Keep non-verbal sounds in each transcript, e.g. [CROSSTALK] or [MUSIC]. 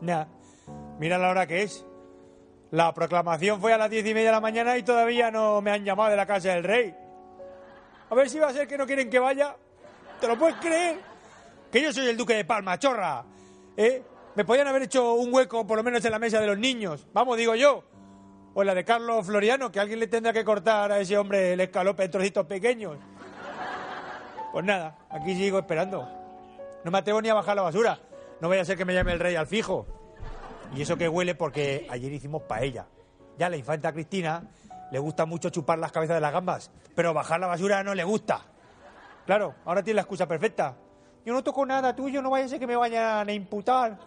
Mira, mira la hora que es. La proclamación fue a las diez y media de la mañana y todavía no me han llamado de la casa del rey. A ver si va a ser que no quieren que vaya. ¿Te lo puedes creer? Que yo soy el duque de Palma, chorra. ¿Eh? Me podían haber hecho un hueco por lo menos en la mesa de los niños. Vamos, digo yo. O en la de Carlos Floriano, que alguien le tendrá que cortar a ese hombre el escalope en trocitos pequeños. Pues nada, aquí sigo esperando. No me atrevo ni a bajar la basura. No vaya a ser que me llame el rey al fijo. Y eso que huele porque ayer hicimos paella. Ya la infanta Cristina le gusta mucho chupar las cabezas de las gambas, pero bajar la basura no le gusta. Claro, ahora tiene la excusa perfecta. Yo no toco nada tuyo, no vaya a ser que me vayan a imputar.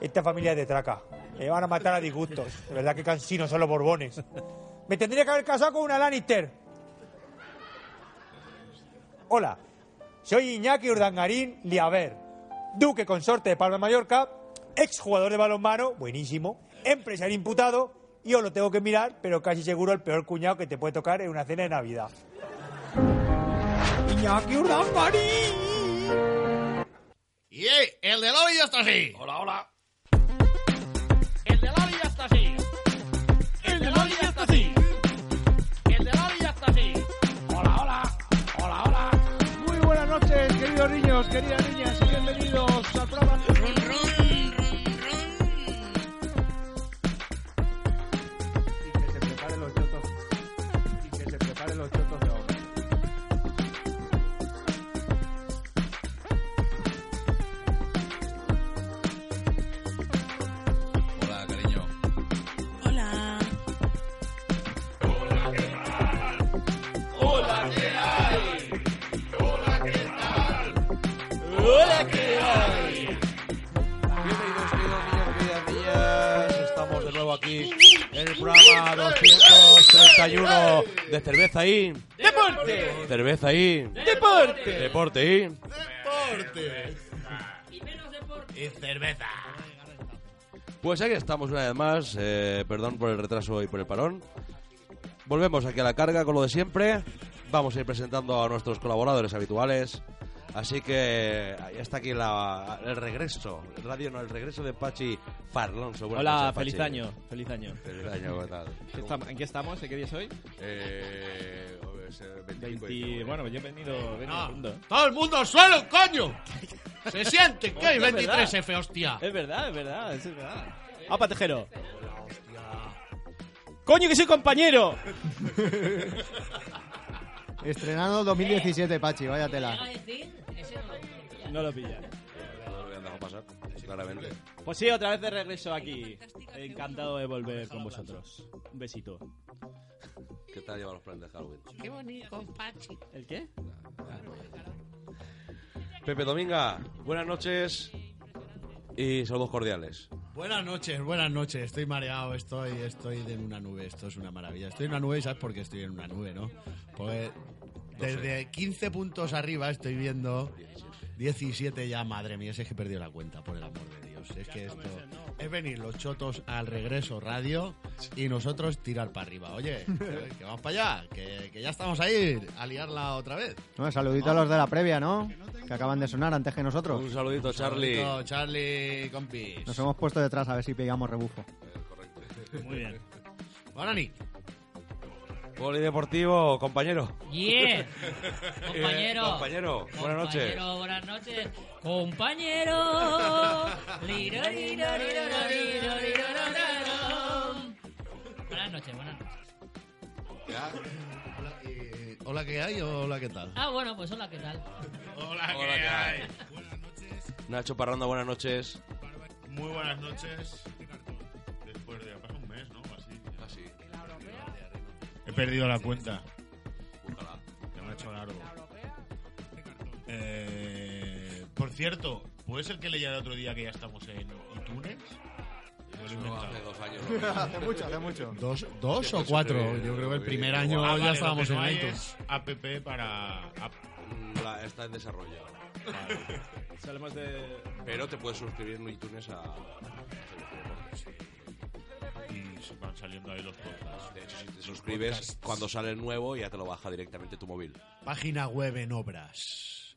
Esta familia es de traca. Me van a matar a disgustos. De verdad que cansinos son los borbones. Me tendría que haber casado con una Lannister. Hola, soy Iñaki Urdangarín Liaver, duque consorte de Palma de Mallorca, exjugador de balonmano, buenísimo, empresario imputado, y os lo tengo que mirar, pero casi seguro el peor cuñado que te puede tocar en una cena de Navidad. ¡Iñaki Urdangarín! Y eh, el de lobby ya está así. Hola, hola. El de Loli ya está así. El de Loli ya está así. El de Loli ya está así. Hola, hola. Hola, hola. Muy buenas noches, queridos niños, queridas niñas, y bienvenidos a Trama. Y que se preparen los chotos. Y que se preparen los chotos de ahora. Hola, cariño. Hola. Bienvenidos, queridos niños, queridas niñas. Estamos de nuevo aquí en el programa 231 de Cerveza ahí. Deporte. Cerveza ahí. Deporte. Deporte ahí. Deporte. Y cerveza. Pues aquí estamos una vez más. eh, perdón por el retraso y por el parón. Volvemos aquí a la carga con lo de siempre. Vamos a ir presentando a nuestros colaboradores habituales. Así que ahí está aquí la- el regreso. Radio no, el regreso de Pachi Farlonso. Buenas Hola, noches, Pachi. feliz año, feliz año. Feliz año, ¿qué tal? ¿Qué estam- ¿En qué estamos? ¿En qué día es hoy? Eh, es el 25 de 20... diciembre. Bueno, yo he venido, he venido No. mundo. Ah, ¿eh? Todo el mundo al suelo, [LAUGHS] coño. Se sienten que hoy Es verdad. 23F, hostia. Es verdad, es verdad, es verdad. ¡Apa, Tejero! ¡Coño, que soy compañero! Estrenando 2017, Pachi, vaya tela. [LAUGHS] No lo pillas. No lo habían dejado pasar, claramente. Pues sí, otra vez de regreso aquí. Encantado de volver con vosotros. Un [LAUGHS] besito. ¿Qué tal llevan los planes de Halloween? Qué bonito, Pachi. ¿El qué? Pepe Dominga, buenas noches y saludos cordiales. Buenas noches, buenas noches. Estoy mareado, estoy, estoy en una nube. Esto es una maravilla. Estoy en una nube, ¿sabes por qué estoy en una nube, no? Pues desde 15 puntos arriba estoy viendo 17 ya, madre mía, si es que he perdido la cuenta, por el amor de Dios. Es que esto es venir los chotos al regreso radio y nosotros tirar para arriba. Oye, que- que vamos para allá, que, que ya estamos ahí, a liarla otra vez. Bueno, saludito a los de la previa, ¿no? Que acaban de sonar antes que Un nosotros. saludito, Charlie. Saludito, Charlie, compis. Nos hemos puesto detrás a ver si pegamos rebufo. Muy [LAUGHS] bien. Hola, Nick. Polideportivo, compañero. Yeah. Eh, compañero. compañero, buenas noches. Compañero, buenas noches. Compañero. Oh, Liro, liro, liro, liro, liro, liro, liro. Buenas noches, buenas noches. Hola, eh, [LAUGHS] hola, ¿qué hay? Hola, ¿qué tal? Ah, bueno, pues hola, ¿qué tal? Hola, Hola, ¿qué hay? Nacho Parranda, buenas noches. Muy buenas noches. Después de pasa un mes, ¿no? Así. Así, He perdido la cuenta. búscala. Ya me ha hecho largo. Eh, cierto, ¿puede ser que leyera el otro día que ya estamos en iTunes? Me lo he inventado. hace dos años. [LAUGHS] Hace mucho, hace mucho. ¿Dos, dos pues o cuatro? Yo creo que el primer año Ah, vale, ya lo estábamos que no en hay iTunes. es app para... app. La- está [LAUGHS] en desarrollo. Salimos de. Pero te puedes suscribir en iTunes a. Y se van saliendo ahí los podcasts. De hecho, si te suscribes, cuando sale el nuevo ya te lo baja directamente tu móvil. Página web en obras.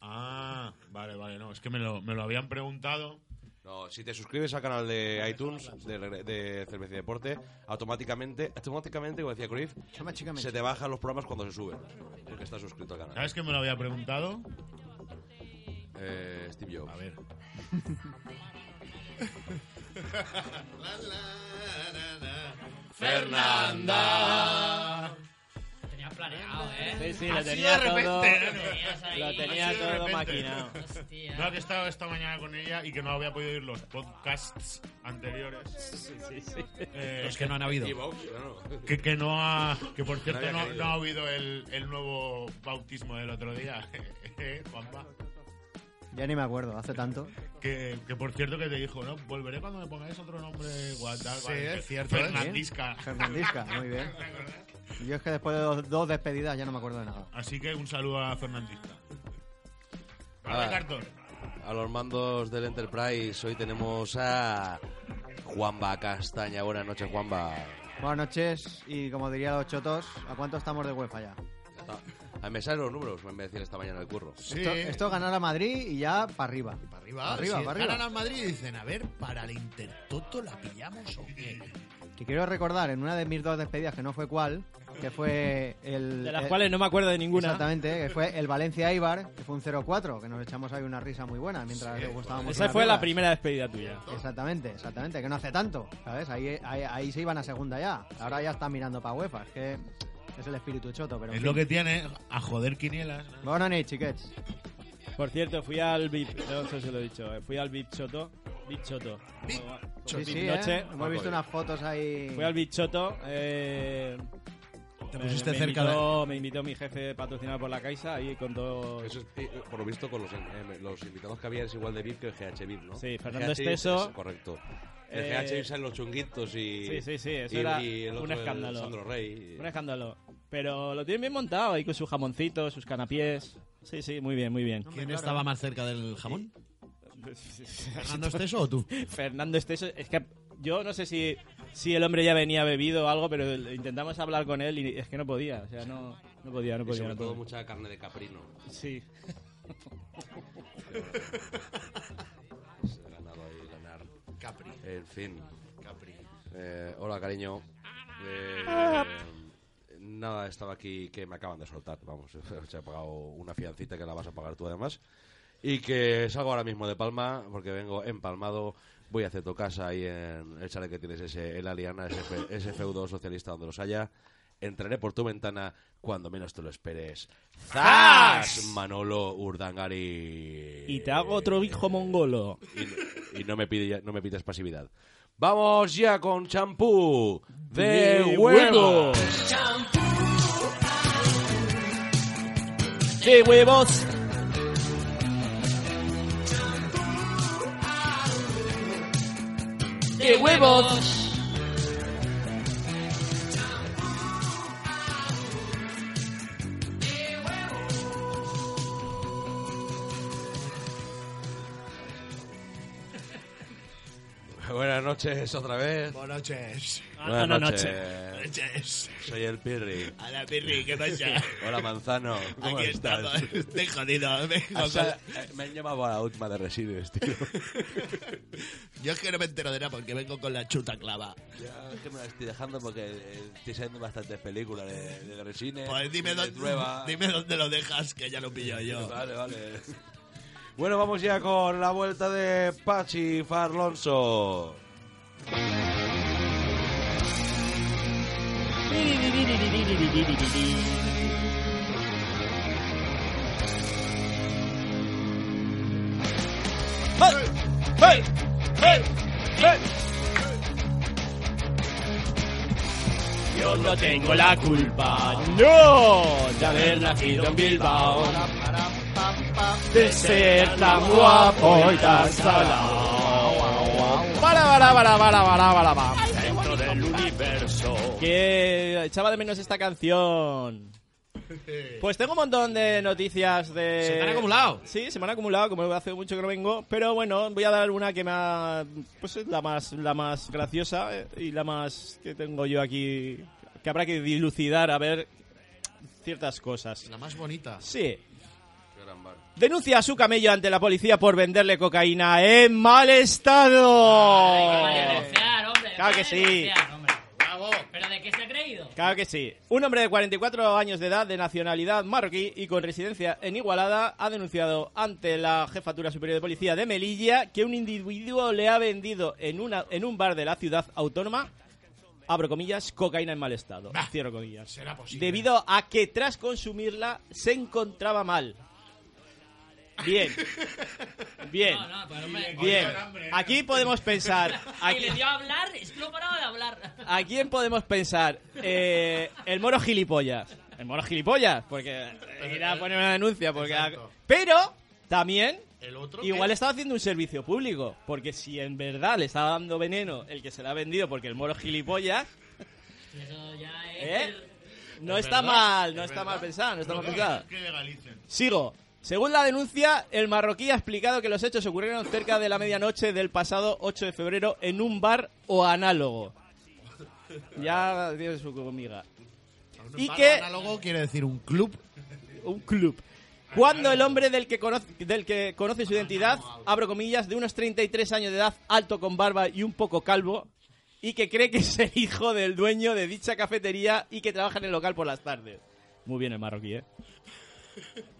Ah, vale, vale, no, es que me lo, me lo habían preguntado. No, si te suscribes al canal de iTunes de, regre- de Cerveza y Deporte, automáticamente, automáticamente, como decía Cruyff, Chama, chica, me se te bajan los programas cuando se suben. Porque estás suscrito al canal. ¿Sabes que me lo había [LAUGHS] preguntado? Eh, Steve Jobs. A ver. Fernanda. Lo tenía planeado, Sí, ¿eh? sí, Así lo de tenía todo. repente, Lo tenías ahí. Lo tenía Así de todo repente. maquinado. Hostia. No, que he estado esta mañana con ella y que no había podido ir los podcasts anteriores. Sí, sí, sí. Eh, Los que no han habido. Y Vox, claro. que, que no ha. Que por cierto había no, querido. no ha oído el, el nuevo bautismo del otro día, [LAUGHS] eh, Juanpa. Ya ni me acuerdo, hace tanto. Que, que por cierto que te dijo, ¿no? Volveré cuando me pongáis otro nombre igual, tal, Sí, cual. es cierto, ¿eh? Fernandisca. Fernandisca, muy bien. Yo es que después de dos, dos despedidas ya no me acuerdo de nada. Así que un saludo a Fernandisca. Ah. Hola, Cartón. A los mandos del Enterprise hoy tenemos a Juanba Castaña. Buenas noches, Juanba. Buenas noches y como diría los chotos, ¿a cuánto estamos de UEFA ya? Ya está. A mí Ah, me salen los números, me decían esta mañana en el curro. Sí. Esto, esto ganar a Madrid y ya para arriba. Para arriba, Pa' arriba, si pa' arriba. ganan al Madrid y dicen, a ver, para el Intertoto la pillamos o qué. Que quiero recordar en una de mis dos despedidas que no fue cuál, que fue el... De las eh, cuales no me acuerdo de ninguna. Exactamente, que fue el Valencia Ibar, que fue un 0-4, que nos echamos ahí una risa muy buena mientras le gustábamos. Esa unas fue la birras. primera despedida tuya. Exactamente, exactamente, que no hace tanto, ¿sabes? Ahí, ahí, ahí se iban a segunda ya. Ahora ya están mirando para UEFA, es que es el espíritu choto, pero. en Es lo fin. que tiene a joder quinielas. Bona nit, chiquets. Por cierto, fui al VIP. No sé si lo he dicho. eh, Fui al VIP Choto. VIP Choto. Como- como Sí, VIP sí, ¿eh? Noche. Hemos visto unas fotos ahí. Fui al Bichoto. Eh, Te me- pusiste me cerca invitó, Me invitó mi jefe patrocinado por la Caixa y contó. Eso es, eh, por lo visto, con los, eh, los invitados que había es igual de VIP que el GH VIP, ¿no? Sí, Fernando El GH Esteso. es correcto. El Eh, GH VIP salen los chunguitos y. Sí, sí, sí, eso y- era y el un otro, el escándalo. Sandro Rey. Un escándalo. Pero lo tienen bien montado ahí con sus jamoncitos, sus canapiés. Sí, sí, muy bien, muy bien. ¿Quién estaba más cerca del [LAUGHS] jamón? ¿Fernando Fernando, Esteso o tú? [LAUGHS] Fernando Esteso. Es que yo no sé si, si el hombre ya venía bebido o algo, pero intentamos hablar con él y es que no podía. O sea, no, no podía, no Y podía. sobre no todo podía. mucha carne de caprino. Sí. [LAUGHS] Se ha ganado ahí ganar. Capri. En fin. Capri. Eh, hola, cariño. Eh, nada, estaba aquí que me acaban de soltar. Vamos, [LAUGHS] se ha pagado una fiancita que la vas a pagar tú además. Y que salgo ahora mismo de Palma porque vengo empalmado. Voy hacia tu casa ahí en el chalet que tienes ese, el Aliana, ese, fe- ese feudo socialista donde los haya. Entraré por tu ventana cuando menos te lo esperes. ¡Zas! Manolo Urdangari. Y te hago otro hijo mongolo. Y, y no, me pide, no me pides pasividad. Vamos ya con champú de, huevo. ¡Qué huevos! ¡Qué huevos! [LAUGHS] Buenas noches otra vez. Buenas noches. Buenas noches. noches. Soy el Pirri. A la Pirri, ¿qué pasa? [LAUGHS] Hola, Manzano. ¿Cómo Aquí estás? estamos. [LAUGHS] Estoy jodido. vengo [LAUGHS] O sea, con- eh, me han llamado a la última de Residues, tío. Yo es que no me entero de nada porque vengo con la chuta clava. Ya es que me la estoy dejando porque eh, estoy saliendo bastantes películas de, de Resines. Pues dime de dónde, Trueba. dime dónde lo dejas que ya lo pillo yo. Vale, vale. Bueno, vamos ya con la vuelta de Pachi Farlonso. Yo no tengo la culpa, no, de haber nacido en Bilbao. de ser tan guapo y tan salado. Para, para, para, para, para, para, para. Dentro del universo. Que echaba de menos esta canción. Pues tengo un montón de noticias de... Se te han acumulado. Sí, se me han acumulado, como hace mucho que no vengo. Pero bueno, voy a dar una que me ha... Pues es la más, la más graciosa eh, y la más que tengo yo aquí... Que habrá que dilucidar a ver ciertas cosas. La más bonita. Sí. Denuncia a su camello ante la policía por venderle cocaína en mal estado. Denunciar, hombre. Claro que sí. Denunciar, hombre. ¿Pero de qué se ha creído? Claro que sí. Un hombre de 44 años de edad, de nacionalidad marroquí y con residencia en Igualada, ha denunciado ante la Jefatura Superior de Policía de Melilla que un individuo le ha vendido en, una, en un bar de la ciudad autónoma, abro comillas, cocaína en mal estado. Cierro comillas. Será posible. Debido a que tras consumirla se encontraba mal. Bien. Bien. No, no, pero hombre. Bien. ¿eh? Aquí podemos [LAUGHS] pensar. Y Aquí, le dio a hablar, es que no paraba de hablar. [LAUGHS] ¿A quién podemos pensar? Eh, el moro gilipollas. El moro gilipollas, porque irá a poner una denuncia. Porque Exacto. Pero también, El otro. igual estaba haciendo un servicio público. Porque si en verdad le estaba dando veneno el que se la ha vendido porque el moro gilipollas, Y Eso ya es. ¿eh? no está mal, no está mal pensado, no está Lo mal que pensado. es Que legalicen. Sigo. Según la denuncia, el marroquí ha explicado que los hechos ocurrieron cerca de la medianoche del pasado 8 de febrero en un bar o análogo. Ya tiene su comiga. Y Bar que- análogo quiere decir un club. Un club. Cuando el hombre del que, conoce, del que conoce su identidad, abro comillas, de unos 33 años de edad, alto con barba y un poco calvo, y que cree que es el hijo del dueño de dicha cafetería y que trabaja en el local por las tardes. Muy bien el marroquí, ¿eh?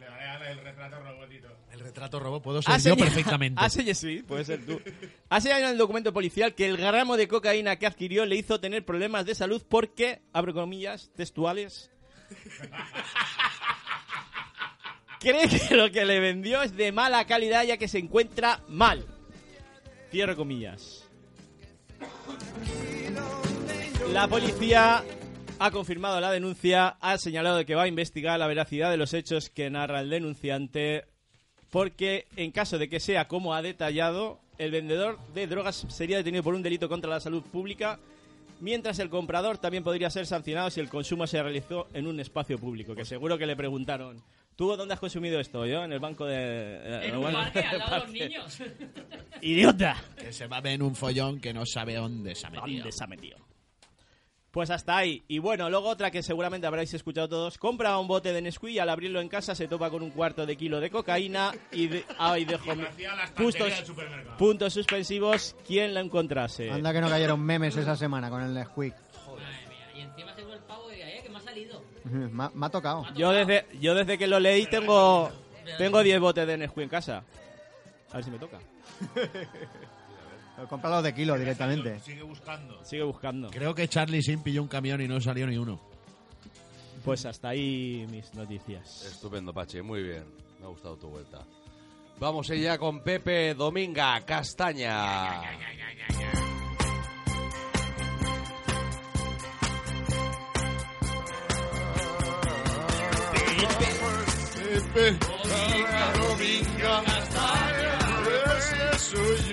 Le daré a el retrato robotito. El retrato robot puedo Ha ser yo señal- perfectamente. ha señal- Ah, sí, puede ser tú. Ha señalado en el documento policial que el gramo de cocaína que adquirió le hizo tener problemas de salud porque, abro comillas textuales, [LAUGHS] cree que lo que le vendió es de mala calidad ya que se encuentra mal. Cierro comillas. La policía ha confirmado la denuncia, ha señalado que va a investigar la veracidad de los hechos que narra el denunciante porque en caso de que sea como ha detallado, el vendedor de drogas sería detenido por un delito contra la salud pública, mientras el comprador también podría ser sancionado si el consumo se realizó en un espacio público, que seguro que le preguntaron, ¿tú dónde has consumido esto? Yo, en el banco de... eh, En un bueno, parque al lado [LAUGHS] de los parque. niños. ¡Idiota! Que se va a ver en un follón que no sabe dónde se ha metido. ¿Dónde se ha metido? Pues hasta ahí. Y bueno, luego otra que seguramente habréis escuchado todos. Compra un bote de Nesquik y al abrirlo en casa se topa con un cuarto de kilo de cocaína y, de, ay, dejo Y vacía la estantería puntos, del supermercado. puntos suspensivos. ¿Quién la encontrase? Anda que no cayeron memes esa semana con el [LAUGHS] Nesquik. Madre mía. Y encima se fue el pavo y eh, que me ha salido. Me ha, me ha tocado. Yo desde, yo desde que lo leí tengo tengo 10 botes de Nesquik en casa. A ver si [LAUGHS] me toca. Comprado de kilo directamente. Sigue buscando. Sigue buscando. Creo que Charlie Sin pilló un camión y no salió ni uno. Pues hasta ahí mis noticias. Estupendo, Pache, muy bien. Me ha gustado tu vuelta. Vamos allá con Pepe Dominga Castaña. Este.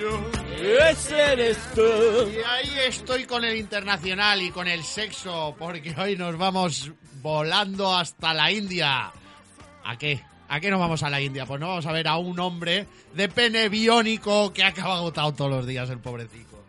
¡Ese eres tú! Y ahí estoy con el internacional y con el sexo, porque hoy nos vamos volando hasta la India. ¿A qué? ¿A qué nos vamos a la India? Pues no vamos a ver a un hombre de pene biónico que acaba agotado todos los días, el pobrecito.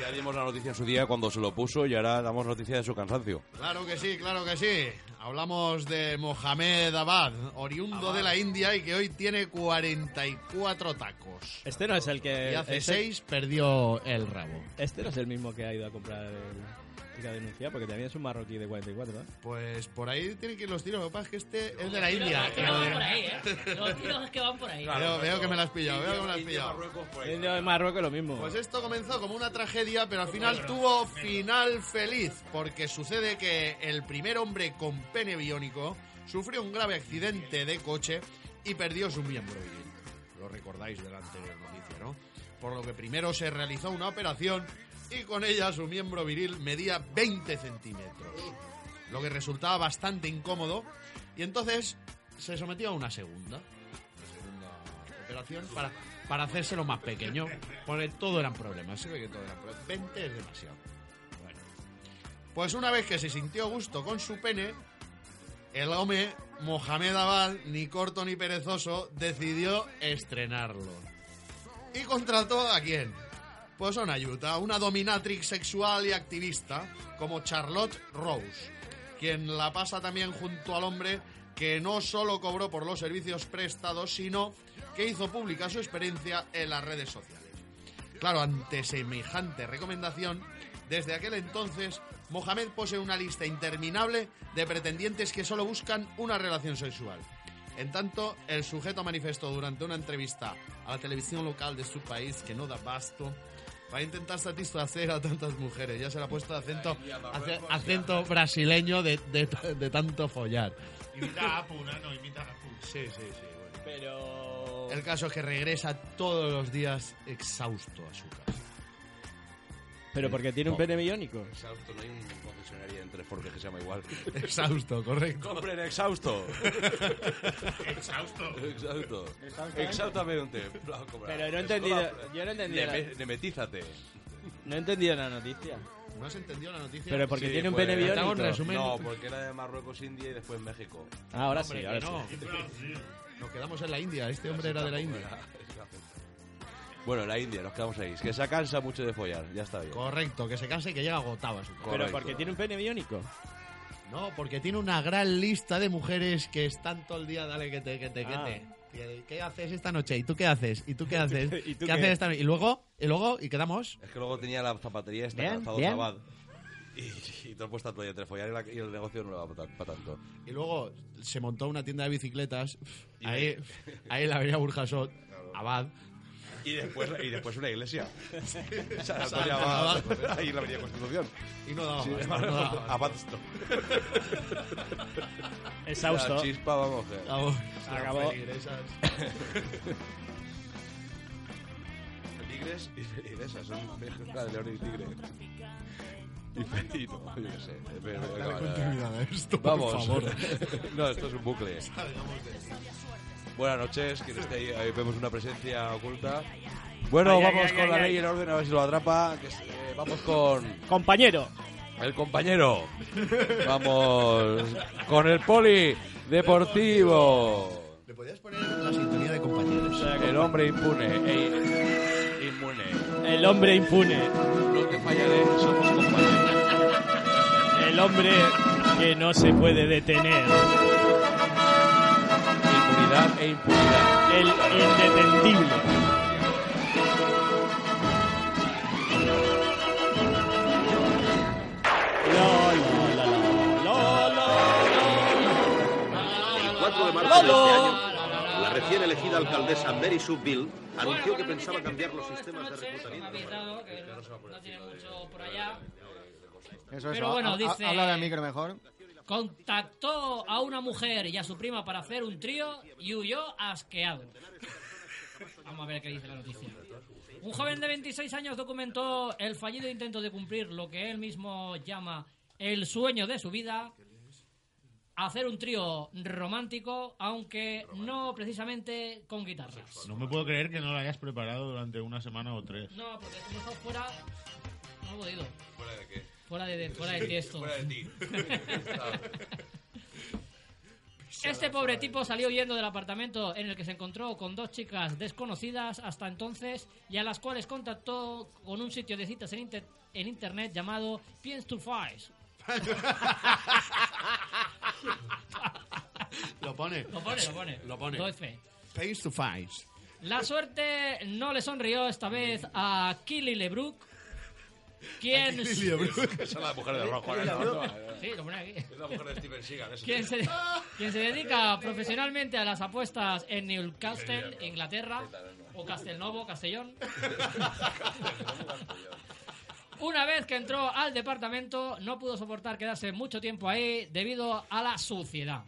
Ya dimos la noticia en su día cuando se lo puso y ahora damos noticia de su cansancio. Claro que sí, claro que sí. Hablamos de Mohamed Abad, oriundo de la India y que hoy tiene 44 tacos. Este no es el que... Y hace este- 6 perdió el rabo. Este no es el mismo que ha ido a comprar el- y que ha denunciado, porque también es un marroquí de 44, ¿eh? Pues por ahí tienen que ir los tiros. Lo que pasa es que este es de la India. Los tiros van por ahí, eh. [LAUGHS] Los tiros que van por ahí. Veo, veo que me la has pillado, veo que me la has pillado. El de Pues Marruecos lo mismo. Pues esto comenzó como una tragedia, pero al final tuvo final feliz, porque sucede que el primer hombre con pene biónico sufrió un grave accidente de coche y perdió su miembro viril. Lo recordáis de la anterior noticia, ¿no? Por lo que primero se realizó una operación y con ella su miembro viril medía 20 centímetros, lo que resultaba bastante incómodo, y entonces se sometió a una segunda. operación para, para hacérselo más pequeño, porque todo eran problemas, se ve que todo eran problemas. 20 es demasiado. Bueno. Pues una vez que se sintió a gusto con su pene, el hombre, Mohamed Abal, ni corto ni perezoso, decidió estrenarlo. ¿Y contrató a quién? Pues a una yuta, una dominatrix sexual y activista como Charlotte Rose, quien la pasa también junto al hombre que no solo cobró por los servicios prestados, sino que hizo pública su experiencia en las redes sociales. Claro, ante semejante recomendación, desde aquel entonces Mohamed posee una lista interminable de pretendientes que solo buscan una relación sexual. En tanto, el sujeto manifestó durante una entrevista a la televisión local de su país que no da basto para intentar satisfacer a tantas mujeres. Ya se le ha puesto acento, ace- acento brasileño de, de, de tanto follar. Imita a Apu, no, imita a Apu. Sí, sí, sí. Pero. El caso es que regresa todos los días exhausto a su casa. Pero porque tiene un No. pene millónico. Exhausto, no hay un concesionario en tres porque que se llama igual. Exhausto, correcto. Compren exhausto. Exhausto. Exhausto. Exhaustamente. Exhaustamente. Lo han comprado. ¿eh? Pero no he Es entendido- una- yo no he entendido Deme- la- Demetízate. No he entendido la noticia. ¿No has entendido la noticia? Pero porque Sí, tiene un pues, pene te hago un biónico. resumen. No, porque era de Marruecos, India y después México. Ah, ahora Hombre, sí, que ahora sí. no. Nos quedamos en la India. Este hombre era [LAUGHS] de la India. Bueno, la India, nos quedamos ahí. Es que se cansa mucho de follar, ya está bien. Correcto, que se canse y que llega agotado a su casa. Pero Correcto. porque tiene un pene biónico. No, porque tiene una gran lista de mujeres que están todo el día, dale, que te, que te, que Ah. te. Que- ¿Qué haces esta noche? ¿Y tú qué haces? [LAUGHS] ¿Y tú qué haces? ¿Y tú ¿Qué qué? haces esta noche? ¿Y luego? ¿Y luego? ¿Y quedamos? Es que luego tenía la zapatería esta, Bien, calzado bien. Zabad. Y, y te has puesto a playa entre follar y, la- y el negocio no lo va para tanto. Y luego se montó una tienda de bicicletas. Ahí, [LAUGHS] ahí en la avenida Burjasot, Abad. Y después, y después una iglesia. [LAUGHS] San San Antonio Abad. Antonio Ahí la Avenida Constitución. Y no daba Sí, [LAUGHS] más, no daba más. Abad stop. Exhausto. La chispa, vamos. que- Acabó. Acabó. Las feligresas. [LAUGHS] Tigres y feligresas. Son una de león y tigre. Y feito, yo qué sé. Pero- Dale no, no, no. continuidad a esto, Vamos. por favor. [LAUGHS] no, esto es un bucle. Buenas noches, quien esté ahí, ahí vemos una presencia oculta. Bueno, Ay, ay, vamos ay, con ay, la ay. ley en orden, a ver si lo atrapa. que es- eh, vamos con Compañero. el compañero. Vamos con el poli deportivo. ¿Le podías poner la sintonía de compañeros? El hombre impune. e in- inmune. El hombre impune. No te fallaré, somos compañeros. El hombre que no se puede detener. Inmunidad e impunidad. El indetentible. Lo, lo, lo, lo, El 4 de marzo de este año, la recién elegida alcaldesa Mary Sue Bill anunció que Bueno, pensaba cambiar los esta sistemas de noche, reclutamiento. me ha avisado que no- no tiene mucho por allá. Eso es. Pero bueno, ha- ha- dice- Habla del micro mejor. Contactó a una mujer y a su prima para hacer un trío y huyó asqueado. Vamos a ver qué dice la noticia. [LAUGHS] Un joven de 26 años documentó el fallido intento de cumplir lo que él mismo llama el sueño de su vida, hacer un trío romántico, aunque no precisamente con guitarras. No me puedo creer que no lo hayas preparado durante una semana o tres. No, porque como he estado fuera, no he podido. ¿Fuera de qué? Fuera de, fuera de tiesto. [LAUGHS] Este pobre tipo salió huyendo del apartamento en el que se encontró con dos chicas desconocidas hasta entonces y a las cuales contactó con un sitio de citas en, inter- en internet llamado Piens to Fives. Lo pone. Lo pone, lo pone. Lo pone. Doy fe. Face to face. La suerte no le sonrió esta vez a Killy Lebrook, quien... Sí, Esa es la mujer de Rojo. ¿eh? Es lo pone aquí. la mujer de Steven Seagal. eso. quien se, quien se dedica profesionalmente a las apuestas en Newcastle, Inglaterra, o Castelnovo, Castellón. Una vez que entró al departamento, no pudo soportar quedarse mucho tiempo ahí debido a la suciedad.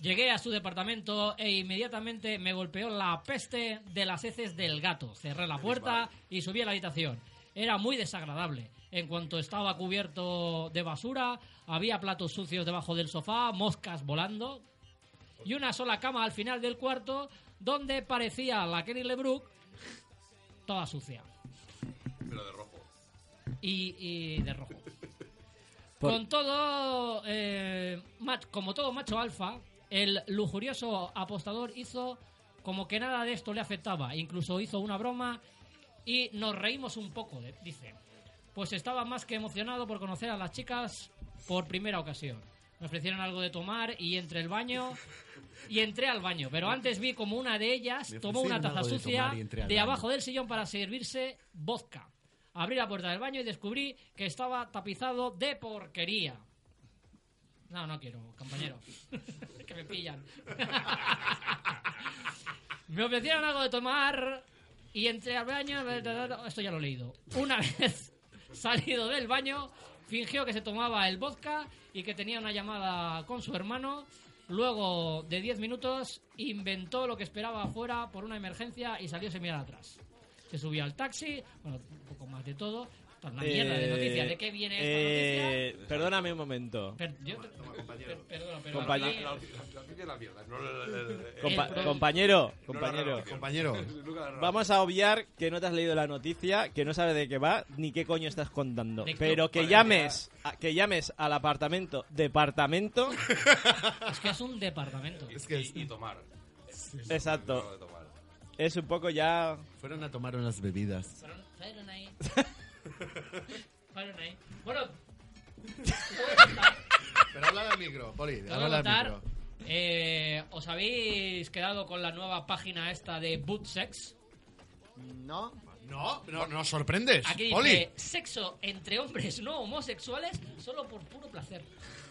Llegué a su departamento e inmediatamente me golpeó la peste de las heces del gato. Cerré la puerta y subí a la habitación. Era muy desagradable. En cuanto estaba cubierto de basura, había platos sucios debajo del sofá, moscas volando. y una sola cama al final del cuarto donde parecía la Kelly LeBrook toda sucia Pero de rojo. y, y de rojo. Por- Con todo, eh, mach- como todo macho alfa, el lujurioso apostador hizo como que nada de esto le afectaba. Incluso hizo una broma y nos reímos un poco, de- dice. Pues estaba más que emocionado por conocer a las chicas por primera ocasión. Me ofrecieron algo de tomar y entre el baño y entré al baño, pero antes vi como una de ellas Me tomó una ofrecieron taza algo de sucia tomar y entré al de baño. abajo del sillón para servirse vodka. Abrí la puerta del baño y descubrí que estaba tapizado de porquería. No, no quiero, compañero. que me pillan. [LAUGHS] me ofrecieron algo de tomar y entré al baño. Esto ya lo he leído. Una [LAUGHS] vez salido del baño, fingió que se tomaba el vodka y que tenía una llamada con su hermano. Luego de 10 minutos, inventó lo que esperaba afuera por una emergencia y salió sin mirar atrás. Se subió al taxi, bueno, un poco más de todo. Esta es Una mierda de Eh, noticias. ¿De qué viene esta noticia? eh, Perdóname un momento. Per- yo te- per- perdona, pero Compañ- aquí- La noticia es la mierda. No, no, no, no, no, no. Compa- El pro- compañero, No la compañero, relación. [LAUGHS] Nunca la relación. Vamos a obviar que no te has leído la noticia, que no sabes de qué va ni qué coño estás contando. De qué- Pero que Vale, llames, a- que llames al apartamento, [LAUGHS] departamento. Es que es un departamento. Es que y, y tomar. Exacto. Es un poco ya. Fueron a tomar unas bebidas. Fueron- fueron [LAUGHS] ahí. Fueron ahí. Bueno, Pero habla al micro, Poli. Tengo que Habla al contar, micro. eh, ¿Os habéis quedado con la nueva página esta de Bootsex? No. No, no, nos sorprendes. Aquí dice, Poli. sexo entre hombres no homosexuales solo por puro placer.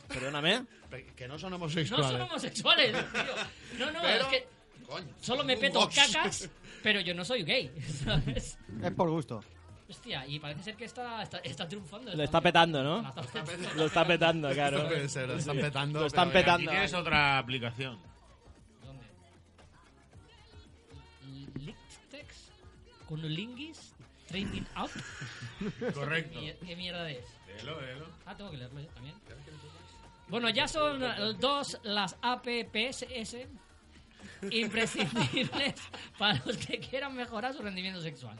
Perdóname. Que no son homosexuales. No son homosexuales, tío. No, no, Pero, es que coño, solo me un peto box. cacas, pero yo no soy gay, [LAUGHS] ¿sabes? Es por gusto. Hostia, y parece ser que está, está, está triunfando. Lo está petando, ¿no? La está petando. Lo está [LAUGHS] petando, claro. Puede ser, lo están Sí. petando, Lo están pero mira, petando. Y tienes otra aplicación. Lichtex con Lingis Trading Up. Correcto. ¿Qué, mier- qué mierda es? Léelo, léelo. Ah, tengo que leerlo yo también. Bueno, ya son eh, dos las APPS imprescindibles [LAUGHS] para los que quieran mejorar su rendimiento sexual.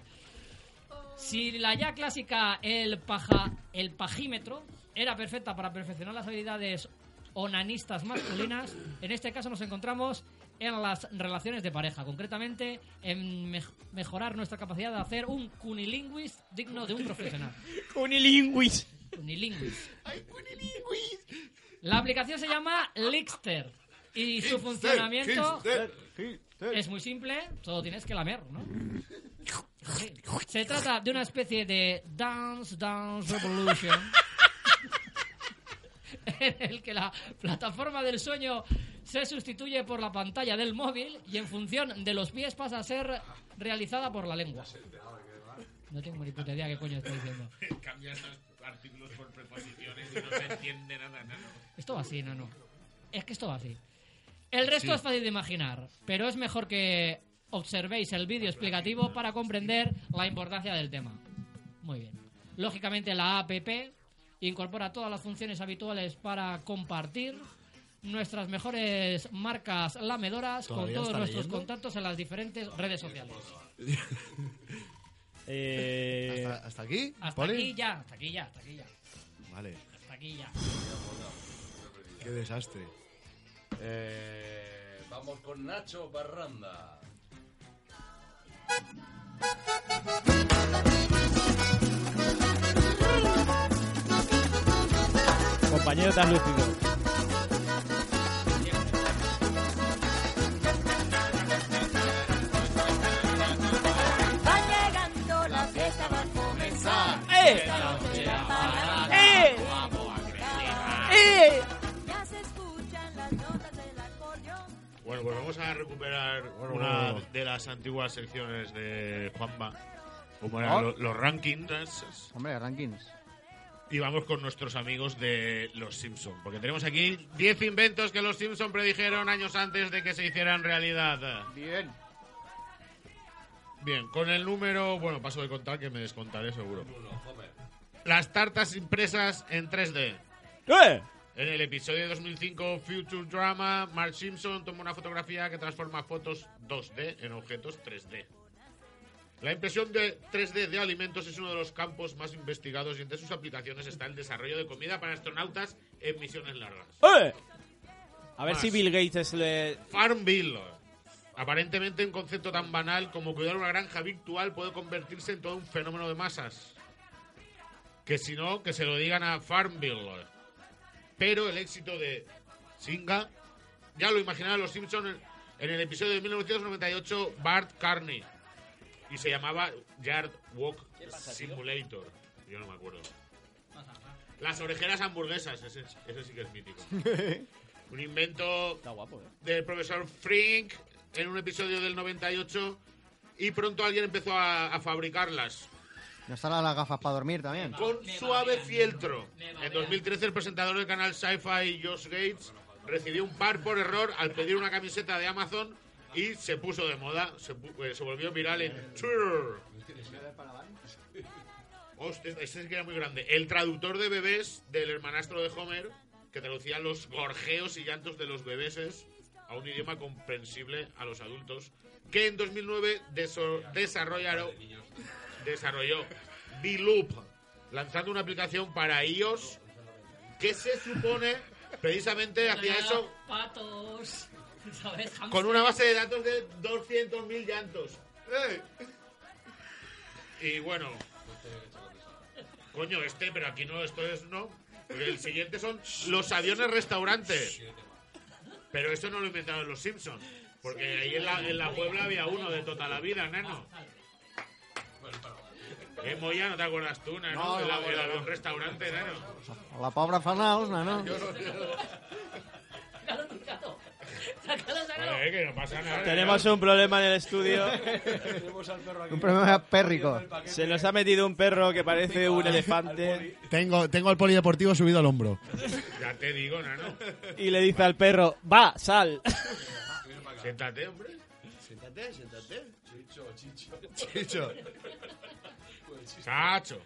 Si la ya clásica el paja el pajímetro era perfecta para perfeccionar las habilidades onanistas masculinas, en este caso nos encontramos en las relaciones de pareja, concretamente en mej- mejorar nuestra capacidad de hacer un cunilingüis digno de un profesional. Unilingüis. Unilingüis. La aplicación se llama Lixter y su funcionamiento es muy simple, solo tienes que lamer, ¿no? Sí. Se trata de una especie de Dance Dance Revolution [LAUGHS] en el que la plataforma del sueño se sustituye por la pantalla del móvil y en función de los pies pasa a ser realizada por la lengua. No tengo ni puta idea qué coño estoy diciendo. [LAUGHS] Cambias los artículos por preposiciones y no se entiende nada, nada. Esto va así, no, no. Es que esto va así. El resto Sí. es fácil de imaginar, pero es mejor que observéis el vídeo explicativo para comprender la importancia del tema. Muy bien. Lógicamente la APP incorpora todas las funciones habituales para compartir nuestras mejores marcas lamedoras con ¿Todavía todos está nuestros leyendo? contactos en las diferentes redes sociales. Eh, ¿Hasta, hasta aquí? Hasta Poli? aquí ya, hasta aquí ya, hasta aquí ya, Vale, hasta aquí ya. qué desastre. Eh, vamos con Nacho Barranda. compañero tan lúcido. Va llegando la fiesta, va a comenzar. ¡Eh! Esta noche la parranda. ¡Eh! ¡Eh! Ya se escuchan las notas del acordeón. Bueno, pues vamos a recuperar una de las antiguas secciones de Juanma, como eran Oh. lo- los rankings. Hombre, rankings. Y vamos con nuestros amigos de Los Simpson, porque tenemos aquí 10 inventos que Los Simpson predijeron años antes de que se hicieran realidad. Bien. Bien, con el número, bueno, paso de contar que me descontaré seguro. Las tartas impresas en 3D. ¡Eh! En el episodio de 2005 Future Drama, Mark Simpson toma una fotografía que transforma fotos 2D en objetos 3D. La impresión de 3D de alimentos es uno de los campos más investigados y entre sus aplicaciones está el desarrollo de comida para astronautas en misiones largas. ¡Eh! A ver Más. si Bill Gates le... Farmville. Aparentemente un concepto tan banal como cuidar una granja virtual puede convertirse en todo un fenómeno de masas. Que si no, que se lo digan a Farmville. Pero el éxito de Singa ya lo imaginaban los Simpsons en- en el episodio de 1998 Bart Carney. Y se llamaba Yard Walk Simulator. Yo no me acuerdo. Las orejeras hamburguesas, ese, ese sí que es mítico. Un invento del profesor Frink en un episodio del 98 y pronto alguien empezó a, a fabricarlas No estarán las gafas para dormir también. con suave fieltro. En 2013 el presentador del canal Sci-Fi, Josh Gates, recibió un par por error al pedir una camiseta de Amazon y se puso de moda, se, pu- eh, se volvió viral en Twitter. Hostia, este sí que era muy grande. El traductor de bebés del hermanastro de Homer, que traducía los gorjeos y llantos de los bebeses a un idioma comprensible a los adultos, que en 2009 deso- desarrollaron, desarrolló B-Loop, lanzando una aplicación para iOS que se supone precisamente hacía eso Patos. [LAUGHS] ¿Sabes? con una base de datos de 200.000 llantos. ¡Eh! Y bueno, coño, este, pero aquí no, esto es no. Porque el siguiente son los aviones restaurantes. Pero esto no lo inventaron los Simpsons. Porque ahí en la, en la Puebla había uno de toda la vida, Ah. neno. Eh, Moya, no te acuerdas tú, neno. No, no el, me avión- el acuerdo. avión restaurante, neno. O la pobra Fanals, no, no. Vale, eh, que no pasa nada. Tenemos un problema en el [LAUGHS] estudio. [LAUGHS] Un problema pérrico. Se nos ha metido un perro que parece un elefante. Tengo, tengo el polideportivo subido al hombro. Ya te digo, nano. Y le dice al perro, va, sal. Siéntate, hombre. Siéntate, siéntate. Chicho, chicho. Chicho. Chacho.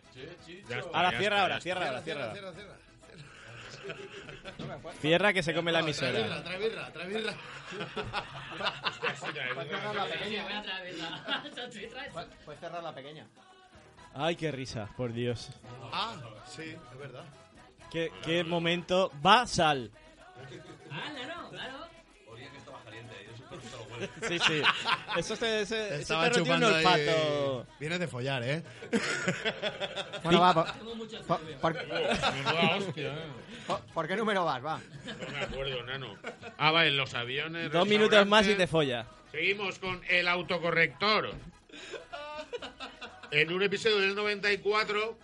Ya está, Ahora ya cierra está, ahora, ya cierra está. ahora, cierra ahora. No me acuerdo. Cierra que se come la Trae birra, emisora. trae birra, trae [LAUGHS] birra. Hostia, sí, trae birra. Puedes cerrar la pequeña. Ay, qué risa, por Dios. Ah, sí, es verdad. Qué, qué momento. Va, sal. Ah, claro, claro. Olía que estaba caliente ¿eh? ahí, eso Sí, sí. Eso se, ese- ese Estaba perro tiene un chupando ahí. olfato. Vienes de follar, ¿eh? Bueno, va, Tengo mucho por, cerebro. por- Uh, Menuda hostia, eh. ¿Por- ¿por qué número vas? Va. No me acuerdo, nano. Ah, vale, los aviones. Dos minutos más y te restaurantes. folla. Seguimos con el autocorrector. En un episodio del 94,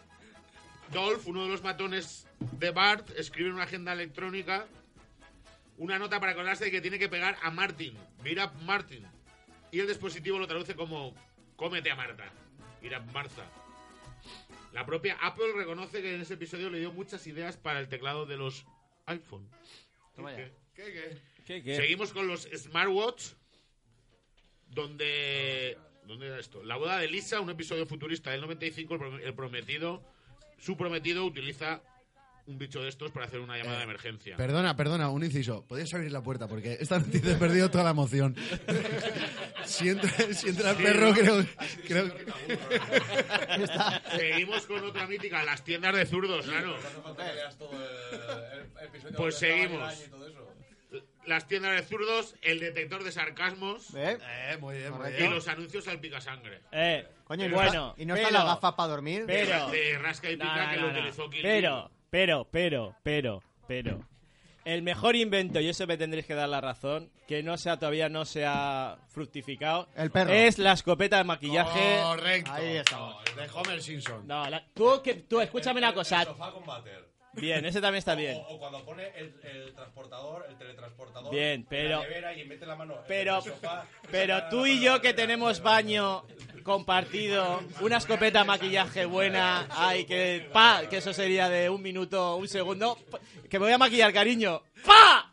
Dolph, uno de los matones de Bart, escribe en una agenda electrónica una nota para acordarse de que tiene que pegar a Martin. Beat up Martin. Y el dispositivo lo traduce como cómete a Marta. Beat up Martha. La propia Apple reconoce que en ese episodio le dio muchas ideas para el teclado de los iPhone. Toma ya. ¿Qué, qué? ¿Qué, qué? Seguimos con los smartwatch, donde... ¿Dónde era esto? La boda de Lisa, un episodio futurista del 95, el prom- el prometido, su prometido utiliza un bicho de estos para hacer una llamada de emergencia. Eh, Perdona, perdona, un inciso. Podías abrir la puerta porque esta noticia he perdido toda la emoción. [LAUGHS] si, entra, si entra el Sí, perro, ¿no? creo, creo [LAUGHS] que. Seguimos con otra mítica, las tiendas de zurdos, claro. Pues seguimos. Las tiendas de zurdos, el detector de sarcasmos ¿Eh? Eh, muy bien, muy y bien. los anuncios al picasangre. Eh, Coño, ¿y no, bueno, está- y no pero, están las gafas para dormir? Pero, De rasca y No, pica no, que no, lo no. utilizó Kill Pero, pero, pero, pero, pero. El mejor invento, y eso me tendréis que dar la razón, que no sea todavía no se ha fructificado, El perro. es la escopeta de maquillaje. Correcto. Ahí estamos. De Homer Simpson. No, la- tú, que, tú, escúchame una El cosa. sofá con váter. Bien, ese también está bien. O, o cuando pone el, el transportador, el teletransportador. Bien, en pero- La nevera y mete la mano. en Pero, el sofá, pero tú y yo que tenemos baño compartido, una escopeta maquillaje buena, ay, que pa, que eso sería de un minuto, un segundo, pa, que me voy a maquillar, cariño, pa,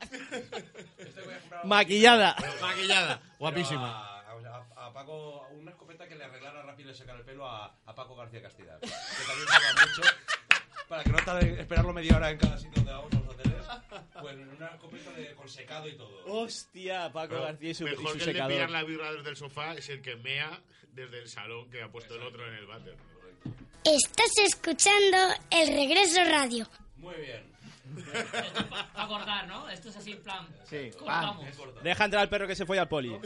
maquillada. Maquillada. Guapísima. A, a- a Paco, una escopeta que le arreglara rápido y le sacara el pelo a, a Paco García Castidad. Que también se va mucho. Para que no tarde esperarlo media hora en cada sitio donde vamos a los hoteles. Bueno, en una escopeta de, con secado y todo. Hostia, Paco Pero García y su, y Mejor su que el de secador. pillar la birra desde el sofá es el que mea desde el salón que ha puesto el otro en el váter. Estás escuchando El Regreso Radio. Muy bien. Para acordar, ¿no? Esto es así, en plan. eh, Sí, Ah. cortamos. Deja entrar al perro que se fue al poli.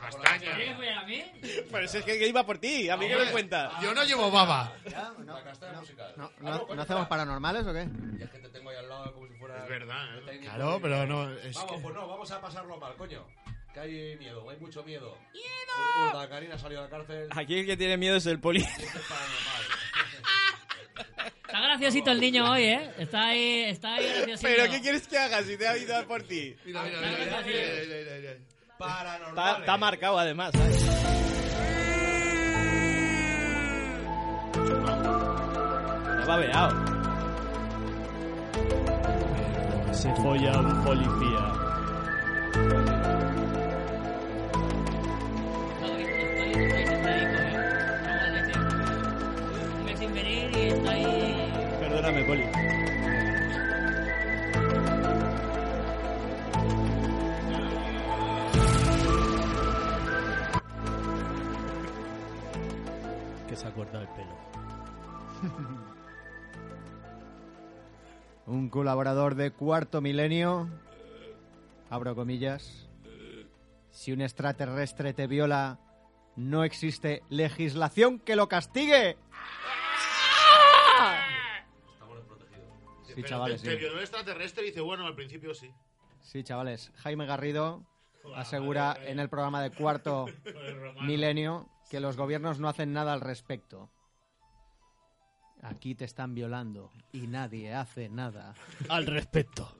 Castaña. ¿Quieres ver pues, a mí? Pero si Pues es que que iba por ti, a mí que me cuenta. Yo no llevo baba. La casta musical. No, no, ¿no hacemos paranormales o qué? Y es que te tengo ahí al lado como si fuera. Es verdad, ¿eh? Claro, pero no, es vamos, que- pues no, vamos a pasarlo mal, coño. Que hay miedo, hay mucho miedo. ¡Miedo! La Karina salió de la cárcel. Aquí el que tiene miedo es el poli. Está graciosito el niño hoy, ¿eh? Está ahí, está ahí graciosito. Pero ¿qué quieres que haga si te ha ido por ti? Está, está marcado además. ¿sabes? Está babeado. Se folla un policía. Un mes sin venir y está ahí. Perdóname, poli. Que se ha cortado el pelo. [LAUGHS] Un colaborador de cuarto milenio. Abro comillas. Si un extraterrestre te viola, no existe legislación que lo castigue. Sí, Pero chavales, Te, te sí. violó el extraterrestre y dice, bueno, al principio sí. Sí, chavales. Jaime Garrido asegura en el programa de cuarto milenio que los gobiernos no hacen nada al respecto. Aquí te están violando y nadie hace nada. Al respecto.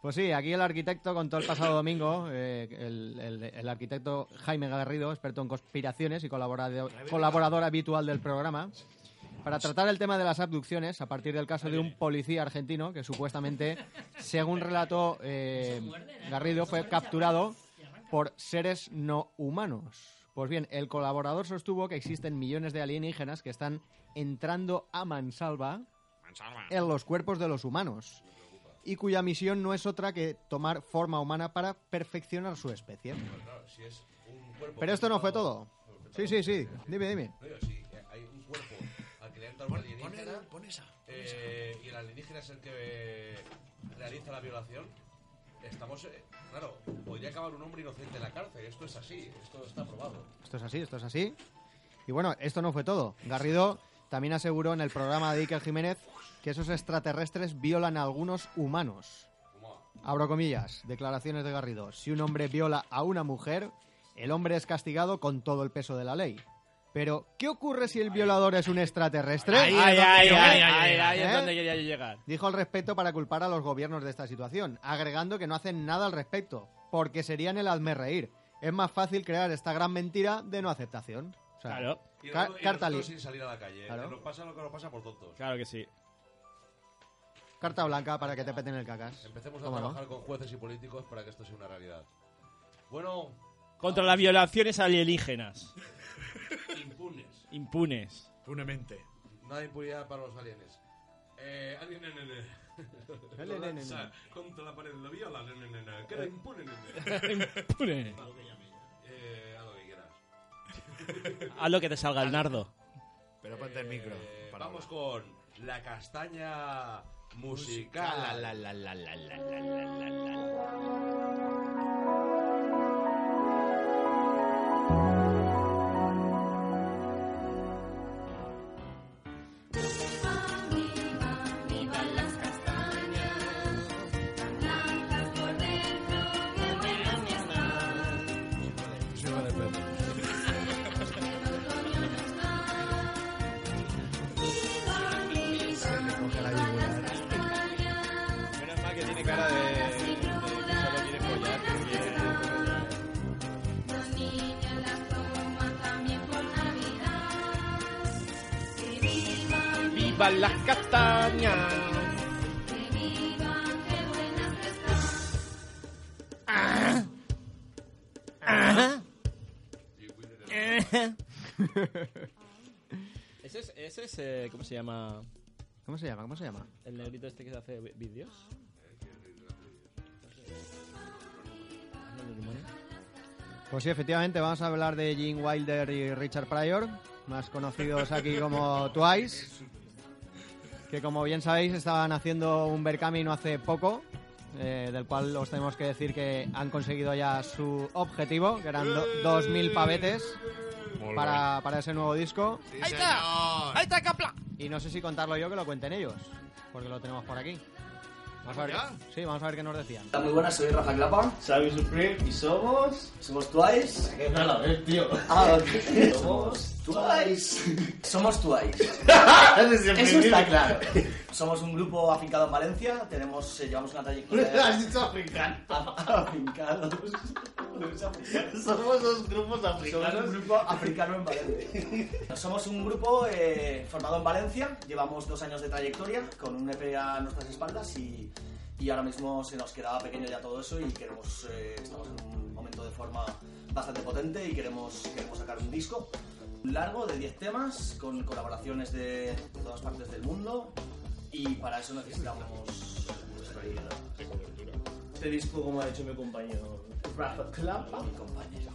Pues sí, aquí el arquitecto contó el pasado domingo, eh, el, el- el arquitecto Jaime Garrido, experto en conspiraciones y colaborador, colaborador habitual del programa, para tratar el tema de las abducciones a partir del caso de un policía argentino que supuestamente, según relató eh, Garrido, fue capturado por seres no humanos. Pues bien, el colaborador sostuvo que existen millones de alienígenas que están entrando a mansalva en los cuerpos de los humanos y cuya misión no es otra que tomar forma humana para perfeccionar su especie. Claro, si es un cuerpo. Pero esto no fue todo. Sí, sí, sí. Dime, dime. No, digo, sí, eh, hay un cuerpo al que le entra un alienígena. eh, y el alienígena es el que eh, realiza la violación. Estamos. eh, claro, podría acabar un hombre inocente en la cárcel. Esto es así, esto está probado. Esto es así, esto es así. Y bueno, esto no fue todo. Garrido también aseguró en el programa de Iker Jiménez que esos extraterrestres violan a algunos humanos. Abro comillas, declaraciones de Garrido. Si un hombre viola a una mujer, el hombre es castigado con todo el peso de la ley. Pero, ¿qué ocurre si el violador es un extraterrestre? Ay, ay, ay, ay, ay, ay, es ¿Eh? donde quería yo llegar. Dijo al respecto para culpar a los gobiernos de esta situación, agregando que no hacen nada al respecto, porque serían el hazme reír. Es más fácil crear esta gran mentira de no aceptación. O sea, Claro. Y, ca- nosotros- y carta, nosotros li- sin salir a la calle. eh, Claro. que Nos pasa lo que nos pasa por tontos. Claro que sí. carta blanca para que te peten el cacas. Empecemos a Tómalo. trabajar con jueces y políticos para que esto sea una realidad. Bueno, Contra las violaciones alienígenas. impunes. Impunes. Punemente. Nada de impunidad para los alienes. Eh, alien nene. Alien, nene. Lanza Contra la pared lo viola, nene, nene. Queda impune, [LAUGHS] nene. Impune. Va, Eh, haz lo que quieras. [LAUGHS] Haz lo que te salga el nardo. Pero ponte el micro. Eh, para vamos con la castaña musical. Musical, La, la, la, la, la, la, la, la. Vivan las castañas, tan blancas por dentro, que buenas que están. Menos mal que tiene cara de. de que solo quiere follar, porque- Los niños las toman también por Navidad. Que vivan, ¡Vivan las castañas! que vivan, que buenas que están. ese es, ese es eh, ¿cómo se llama? ¿Cómo se llama? ¿Cómo se llama? El negrito este que se hace vi- vídeos. Pues sí, efectivamente, vamos a hablar de Gene Wilder y Richard Pryor, más conocidos aquí como Twice, que como bien sabéis estaban haciendo un Berkamino hace poco, eh, del cual os tenemos que decir que han conseguido ya su objetivo, que eran do- 2.000 pavetes Molt para, para ese nuevo disco. ¡Ahí está! ¡Ahí está, Capla! Y no sé si contarlo yo que lo cuenten ellos, porque lo tenemos por aquí. Vamos a ver, sí, vamos a ver qué nos decían. Hola, muy buenas, soy Rafa Clapa. Xavi Supreme. Y somos... Somos Twice. Que no la ves, tío. Ah, ok. [LAUGHS] Somos Twice. Somos [LAUGHS] Twice. Eso está claro. [LAUGHS] Somos un grupo afincado en Valencia. Tenemos, eh, llevamos una trayectoria... [LAUGHS] de- Has dicho africano. [LAUGHS] Afincados. [LAUGHS] Somos dos grupos africanos. Somos un grupo africano en [LAUGHS] Valencia. Somos un grupo eh, formado en Valencia. Llevamos dos años de trayectoria con un EP a nuestras espaldas y, y ahora mismo se nos quedaba pequeño ya todo eso y queremos eh, estamos en un momento de forma bastante potente y queremos, queremos sacar un disco largo de 10 temas con colaboraciones de, de todas partes del mundo y para eso necesitamos vuestra ayuda. Este disco, como ha dicho mi compañero Rafa Clapa. Mi compañero.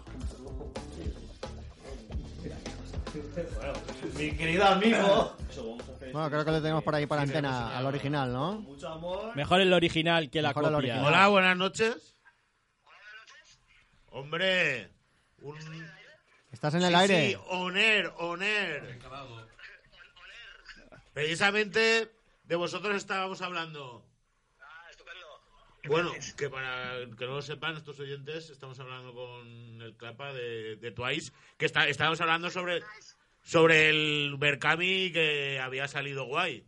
Bueno, mi querido amigo. Bueno, creo que lo tenemos por ahí para antena, al original, ¿no? Mejor el original que la Mejor el copia. original. Hola, buenas noches. Hombre, un... Estás en el Sí, aire. Sí, on air, on air. Precisamente de vosotros estábamos hablando. Bueno, que para que no lo sepan estos oyentes, estamos hablando con el Clapa de, de Twice, que está, estábamos hablando sobre, sobre el Berkami que había salido guay.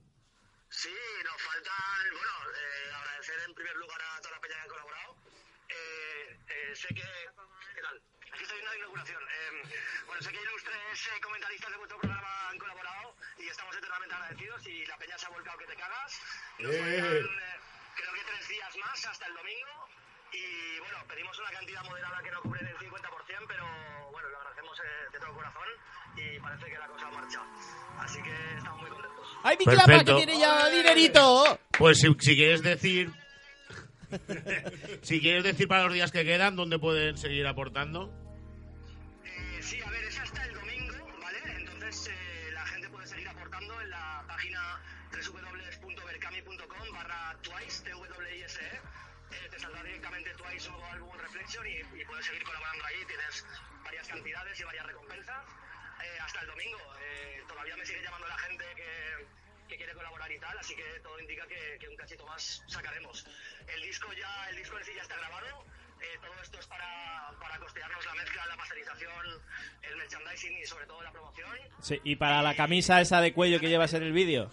¡Ay, mi Clapa, Perfecto. que tiene ya dinerito! Pues si, si quieres decir... [LAUGHS] si quieres decir para los días que quedan, ¿dónde pueden seguir aportando? eh, E. Eh, Eh, Eh, Sí, y para la camisa esa de cuello que llevas en el vídeo.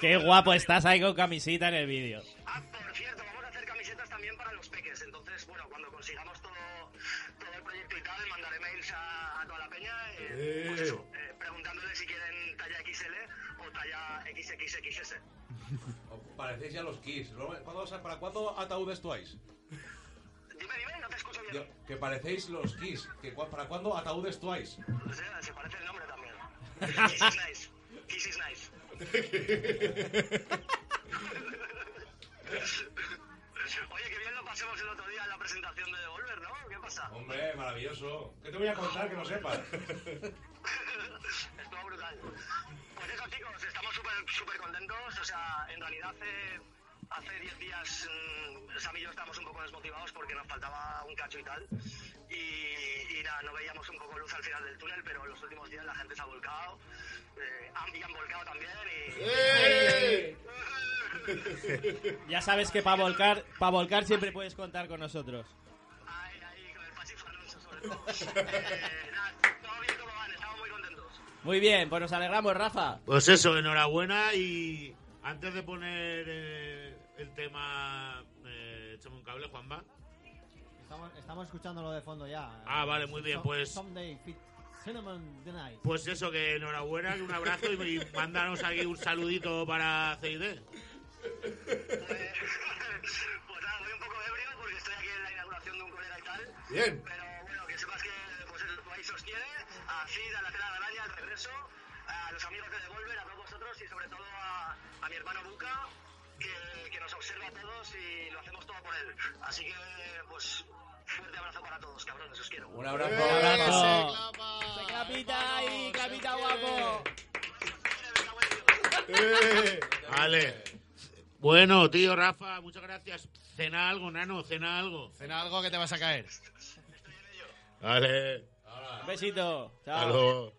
Qué guapo estás ahí con camisita en el vídeo. Eh. Parecéis ya los Kiss. Luego, ¿Cuándo, vas a- ¿Para cuándo ataúdes Twice? Dime, dime, no te escucho bien. que parecéis los Kiss. Que, cua- ¿Para cuándo ataúdes Twice? [LAUGHS] Hombre, maravilloso. ¿Qué te voy a contar que [LAUGHS] no sepas? Eh, ¡Eh! ¡Eh! Ya sabes que para volcar, para volcar siempre puedes contar con nosotros. Muy bien, pues nos alegramos, Rafa. Pues eso, enhorabuena y antes de poner eh, el tema, eh, échame un cable, Juanma. Estamos, estamos escuchándolo de fondo ya. Ah, vale, muy bien, So- pues- Someday fit Cinnamon the Night. Pues eso, que enhorabuena, que un abrazo y, y mándanos aquí un saludito para CID. Bien. a los amigos de Devolver, a todos vosotros y sobre todo a, a mi hermano Buca, que, que nos observa a todos y lo hacemos todo por él. Así que, pues, fuerte abrazo para todos, cabrones, os quiero. Un Eh, abrazo, un abrazo. Se clapita ahí, clapita guapo. Eh. Vale. Bueno, tío Rafa, muchas gracias. Cena algo, nano, cena algo. Cena algo que te vas a caer. Vale. Un besito. Chao. Hasta luego.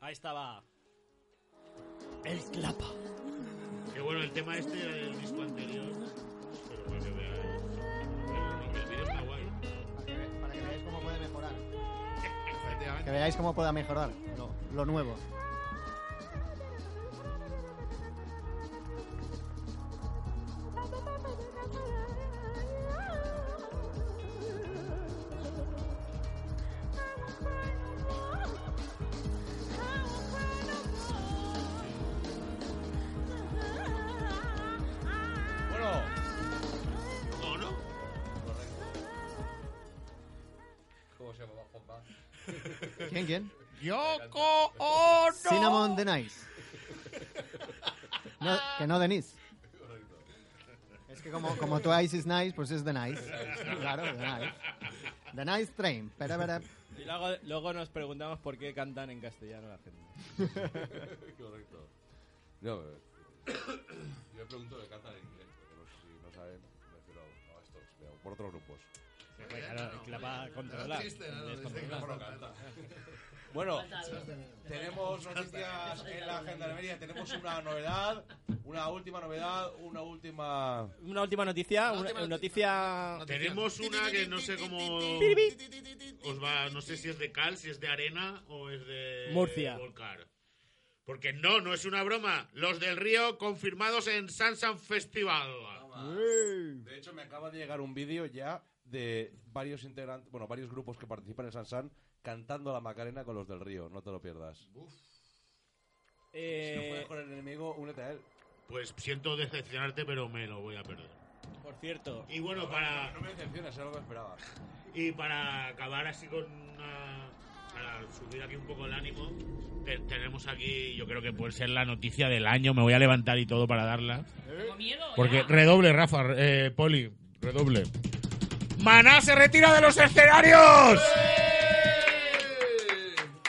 Ahí estaba. El clapa. Qué bueno, el tema este era del disco anterior. Pero para que veáis. Bueno, que el vídeo está guay. Para que veáis cómo puede mejorar. Que veáis cómo pueda mejorar lo, lo nuevo. Bueno, ¿O no? ¿Cómo se llamaba Juanma? ¿Quién, quién? Yoko ¡Oh, Ono. Cinnamon [LAUGHS] Denise. No, que no Denise. Es que como, como tú Ice is nice, pues es Denise. Claro, Denise. Denise Train. Pero, pero, Y luego, luego nos preguntamos por qué cantan en castellano la gente. Correcto. [LAUGHS] No, Yo me pregunto que cantan en inglés, porque no sé si no saben, me refiero a estos, pero por otros grupos. Claro, el clapa controla. Descontrola. Bueno, tenemos noticias en la gendarmería, tenemos una novedad, una última novedad, una última... Una última noticia. Una, noticia. Tenemos una que no sé cómo os va, no sé si es de cal, si es de arena o es de Murcia. Volcar. Porque no, no es una broma. Los del río confirmados en Sansan Festival. De hecho, me acaba de llegar un vídeo ya de varios integrantes, bueno, varios grupos que participan en Sansan cantando la Macarena con los del Río, no te lo pierdas. Si no Eh, puedes con el enemigo, únete a él. Pues siento decepcionarte, pero me lo voy a perder. por cierto. Y bueno, para No me decepciones, era lo que esperaba. y para acabar así con una- para subir aquí un poco el ánimo, te- tenemos aquí, yo creo que puede ser la noticia del año, me voy a levantar y todo para darla. Tengo miedo. Porque redoble, Rafa, eh, Poli, redoble. Maná se retira de los escenarios.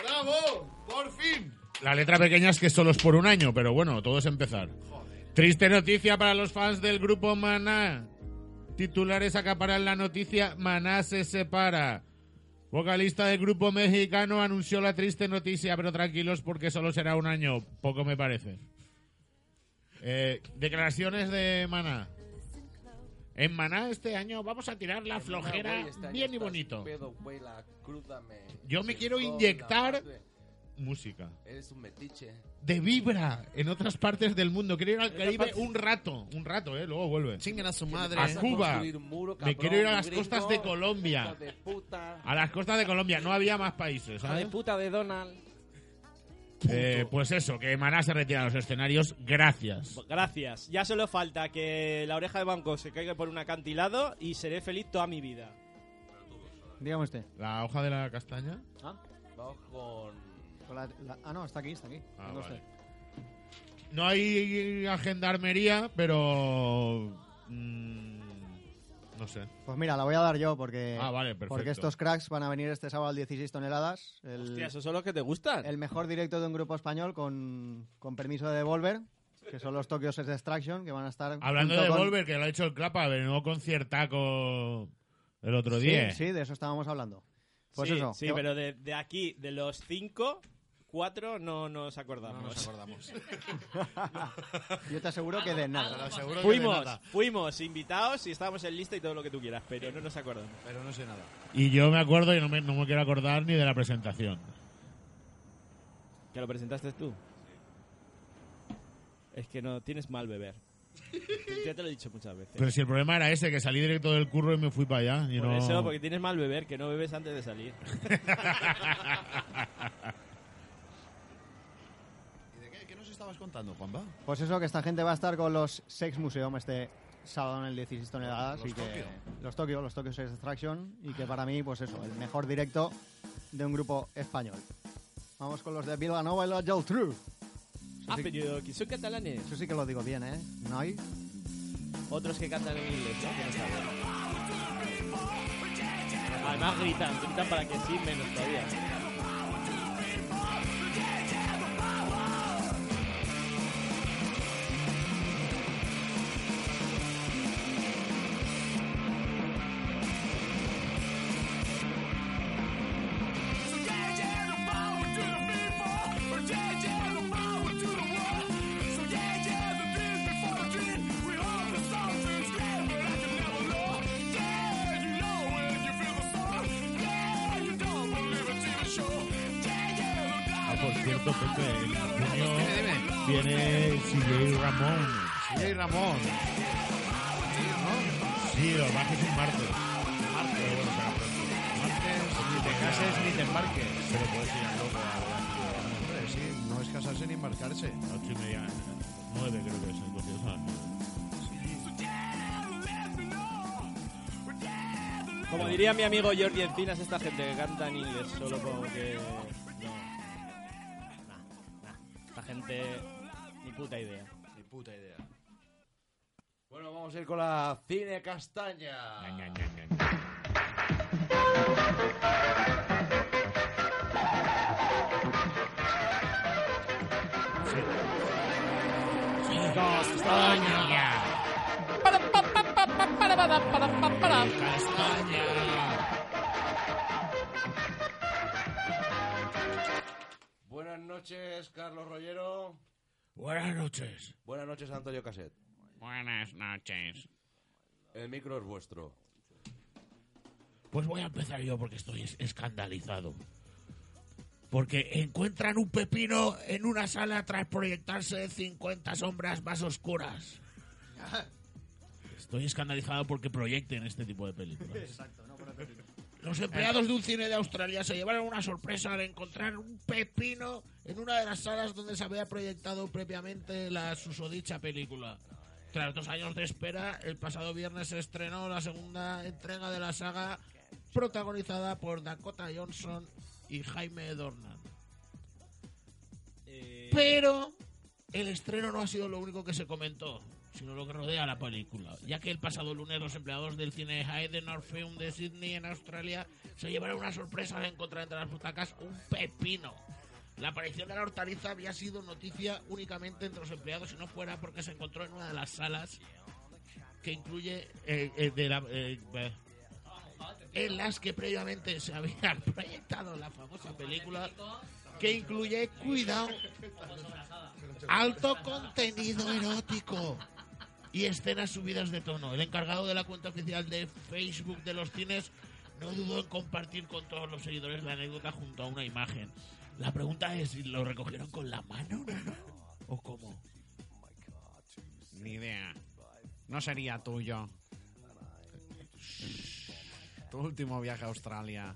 ¡Bravo! ¡Por fin! La letra pequeña es que solo es por un año, pero bueno, todo es empezar. Triste noticia para los fans del grupo Maná. Titulares acaparan la noticia, Maná se separa. Vocalista del grupo mexicano anunció la triste noticia, pero tranquilos porque solo será un año, poco me parece. Eh, declaraciones de Maná. En Maná este año vamos a tirar la flojera este este bien y bonito. Yo me quiero inyectar música. Eres un metiche. de vibra en otras partes del mundo. Quiero ir al otras Caribe partes. un rato, un rato, ¿eh? Luego vuelve. Chinguen a su madre. A Cuba. Construir un muro, cabrón, Me quiero ir a las gringo, costas de Colombia. hijos de puta. A las costas de Colombia. No había más países, ¿sabes? puta de Donald. Eh, pues eso, que Maná se retira a los escenarios. Gracias. Gracias. Ya solo falta que la oreja de banco se caiga por un acantilado y seré feliz toda mi vida. dígame usted. ¿La hoja de la castaña? ¿Ah? Vamos con... Con la- la- ah, no, está aquí, está aquí. Ah, Tengo vale. usted. No hay agendarmería, pero... mm, no sé. Pues mira, la voy a dar yo porque, Ah, vale, perfecto. porque estos cracks van a venir este sábado al 16 toneladas. El, Hostia, esos son los que te gustan. el mejor directo de un grupo español con, con permiso de Devolver, que son los Tokyo Sex Extraction, que van a estar. Hablando junto de con- Volver, que lo ha hecho el Clapa, venido conciertaco el otro Sí, día. sí, de eso estábamos hablando. Pues sí, eso. Sí, que- pero de, de aquí, de los cinco, cuatro no nos acordamos. No nos [LAUGHS] acordamos. Yo te aseguro que de nada. fuimos, fuimos invitados y estábamos en lista y todo lo que tú quieras, pero no nos acordamos. Pero no sé nada. Y yo me acuerdo y no me, no me quiero acordar ni de la presentación. ¿Que lo presentaste tú? Es que no, tienes mal beber. ya te lo he dicho muchas veces. Pero si el problema era ese, que salí directo del curro y me fui para allá. y Por no- eso, porque tienes mal beber, que no bebes antes de salir. [LAUGHS] ¿Y de qué, qué nos estabas contando, Juanpa? Pues eso, que esta gente va a estar con los Sex Museum este sábado en el 16 toneladas. Los y que, Tokio. Los Tokio, los Tokyo Sex Extraction. Y que para mí, pues eso, el mejor directo de un grupo español. Vamos con los de Villanova y los Joe True. Ah, pero que son catalanes. Eso sí que lo digo bien, ¿eh? ¿No hay? Otros que cantan en inglés, ¿no? Que no saben. Además gritan, gritan para que sí menos todavía. Ah, por cierto, Pepe, en junio viene CJ Ramón. CJ Ramón. Sí, lo más que es un martes. Martes. Pero bueno, será pues, pronto. Martes, ni te cases ni te embarques. Pero puedes ir al loco a Hombre, sí, no es casarse ni embarcarse. Ocho y media, nueve creo que es, entonces a las nueve. Como diría mi amigo Jordi Encinas, esta gente que canta en inglés solo porque... No. Nah, nah. Esta gente... Ni puta idea. Ni puta idea. Bueno, vamos a ir con la Cine Castaña. Castaña. Buenas noches, Carlos Rollero. Buenas noches. Buenas noches, Antonio Caset. Buenas noches. El micro es vuestro. Pues voy a empezar yo porque estoy es- escandalizado. Porque encuentran un pepino en una sala tras proyectarse 50 sombras más oscuras. Estoy escandalizado porque proyecten este tipo de películas. Exacto, no por Los empleados de un cine de Australia se llevaron una sorpresa al encontrar un pepino en una de las salas donde se había proyectado previamente la susodicha película. Tras dos años de espera, el pasado viernes se estrenó la segunda entrega de la saga protagonizada por Dakota Johnson y Jaime Dornan. Pero el estreno no ha sido lo único que se comentó, sino lo que rodea a la película, ya que el pasado lunes los empleados del cine Hayden North Film de Sydney en Australia se llevaron una sorpresa al encontrar entre las butacas un pepino. La aparición de la hortaliza había sido noticia únicamente entre los empleados y no fuera porque se encontró en una de las salas que incluye eh, eh, de la, eh, eh, en las que previamente se había [LAUGHS] proyectado la famosa película que incluye, cuidado, alto contenido erótico y escenas subidas de tono. El encargado de la cuenta oficial de Facebook de los cines no dudó en compartir con todos los seguidores la anécdota junto a una imagen. La pregunta es si lo recogieron con la mano o cómo. Ni idea. No sería tuyo. Tu último viaje a Australia.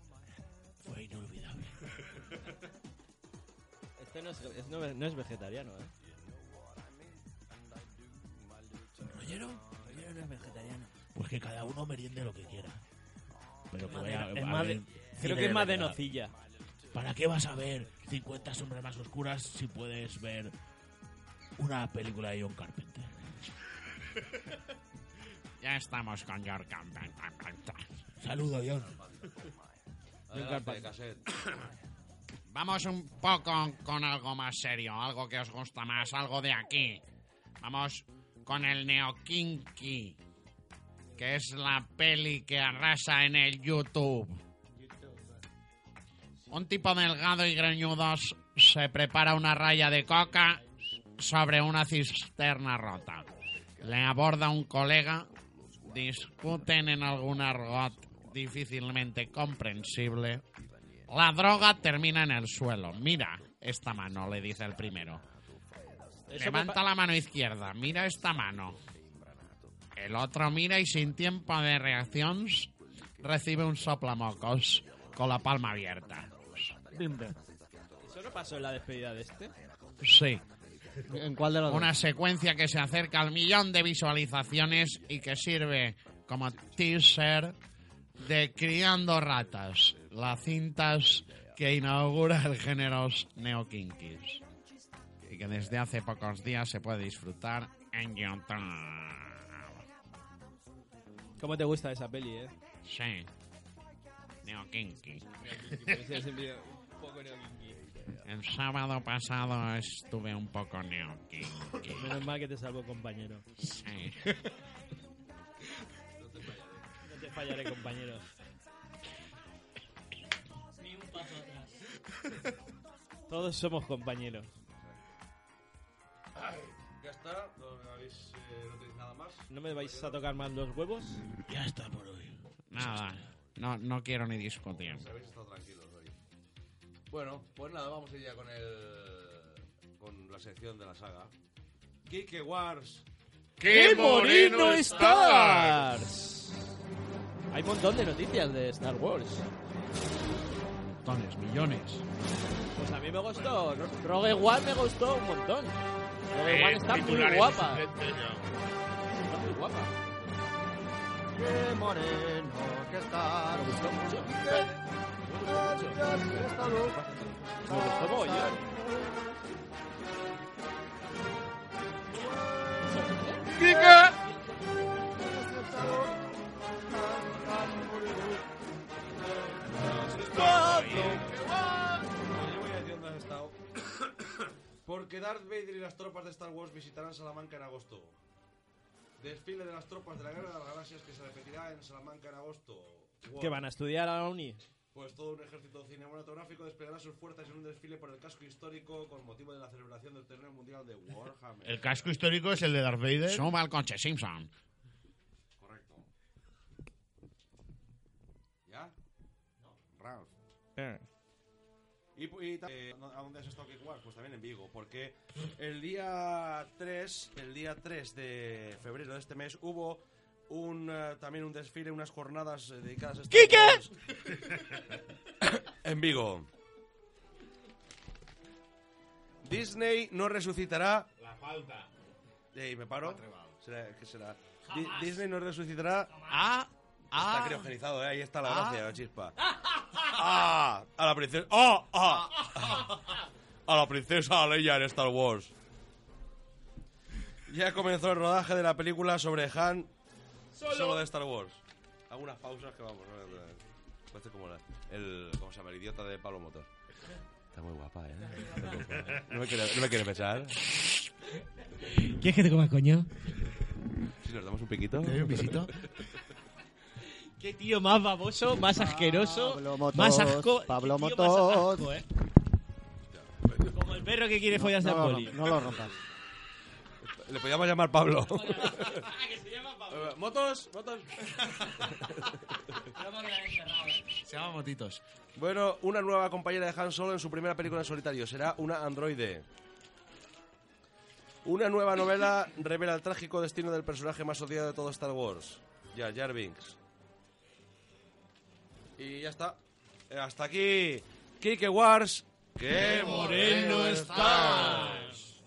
Fue inolvidable. Este no es, es- no, es- no es vegetariano, ¿eh? ¿Rollero? Rollero no es vegetariano. Pues que cada uno meriende lo que quiera. Pero que Es más vaya de- es a más de- ver creo cine que es más de verdad. nocilla. ¿Para qué vas a ver 50 sombras más oscuras si puedes ver una película de John Carpenter? Ya estamos con York Campbell. Saludo, John. Adelante, Caset. [COUGHS] Vamos un poco con algo más serio, algo que os gusta más, algo de aquí. Vamos con el Neo Kinky, que es la peli que arrasa en el YouTube. Un tipo delgado y greñudo s- se prepara una raya de coca sobre una cisterna rota. Le aborda un colega, discuten en algún argot difícilmente comprensible. La droga termina en el suelo. Mira esta mano, le dice el primero. Eso me Levanta pa- la mano izquierda, mira esta mano. El otro mira y sin tiempo de reacción recibe un soplamocos con la palma abierta. ¿Eso no pasó en la despedida de este? Sí. ¿En cuál de los Una dos? secuencia que se acerca al millón de visualizaciones y que sirve como teaser de Criando Ratas, las cintas que inaugura el género neokinkis y que desde hace pocos días se puede disfrutar en YouTube. ¿Cómo te gusta esa peli, eh? Sí. Neokinki. un poco neokinky. El sábado pasado estuve un poco neokinki. Menos mal que te salvo, compañero. [LAUGHS] Sí. No te fallaré, compañero. Ni un paso atrás. Todos somos compañeros. Ya está, no, me habéis, eh, no tenéis nada más. ¿No me vais a tocar más los huevos? Ya está por hoy. Nada. No, no quiero ni discutir. Pues Habéis estado tranquilos hoy. Bueno, pues nada, vamos a ir ya con el. con la sección de la saga. Kike Wars. ¡Qué moreno estás! Hay un montón de noticias de Star Wars. Tones, millones. Pues a mí me gustó. Ro- Rogue One me gustó un montón. Rogue One está muy titulares guapa. suficientes ya. Está muy guapa. Qué moreno que está. Me gustó mucho. Me gustó mogollón. [COUGHS] Porque Darth Vader y las tropas de Star Wars visitarán Salamanca en agosto. Desfile de las tropas de la Guerra de las Galaxias que se repetirá en Salamanca en agosto. Wow. ¿Que van a estudiar a la uni? Pues todo un ejército cinematográfico desplegará sus fuerzas en un desfile por el casco histórico con motivo de la celebración del torneo mundial de Warhammer. ¿El casco histórico es el de Darth Vader? Suma al coche Simpson. Correcto. ¿Ya? No. Ralph. Eh. Y, pu- y ta- eh, ¿A dónde has estado que jugar? Pues también en Vigo, porque el día 3, el día 3 de febrero de este mes hubo un eh, también un desfile, unas jornadas eh, dedicadas a Star ¡Quique! Wars. [LAUGHS] en Vigo. Disney no resucitará. La falta. Ey, me paro. Será- ¿Qué será? Di- Disney no resucitará. Ah, Está criogenizado, eh, ahí está la gracia, la chispa. ¡Ah! A la princesa. ¡Ah! ¡Ah! A la princesa Leia en Star Wars. Ya comenzó el rodaje de la película sobre Han Solo. solo, de Star Wars. Algunas pausas que vamos. no voy a tener. Parece como la- el, ¿cómo se llama? El idiota de Pablo Motor. Está muy guapa, ¿eh? No me quiere, no me quiere besar. ¿Quieres que te coma, coño? Si nos damos un piquito. ¿Un besito? Qué tío más baboso, más asqueroso, Motos, más asco. Pablo qué tío más Motos. asco, eh. Como el perro que quiere No, follarse no al lo poli. rompas, no lo rompas. Le podíamos [LAUGHS] llamar [LAUGHS] Pablo. ¿Motos? [LAUGHS] ¿Motos? Se llama Motitos. Bueno, una nueva compañera de Han Solo en su primera película en solitario. Será una androide. Una nueva novela revela el trágico destino del personaje más odiado de todo Star Wars. Jar Jar Binks. Y ya está. Eh, Hasta aquí. Kike Wars. ¡Qué moreno estás!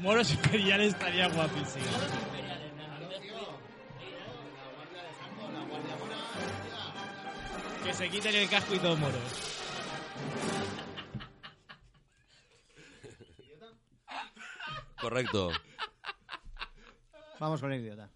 Moros imperiales estaría guapísimo. Que se quiten el casco y todo moros. Correcto. Vamos con el idiota.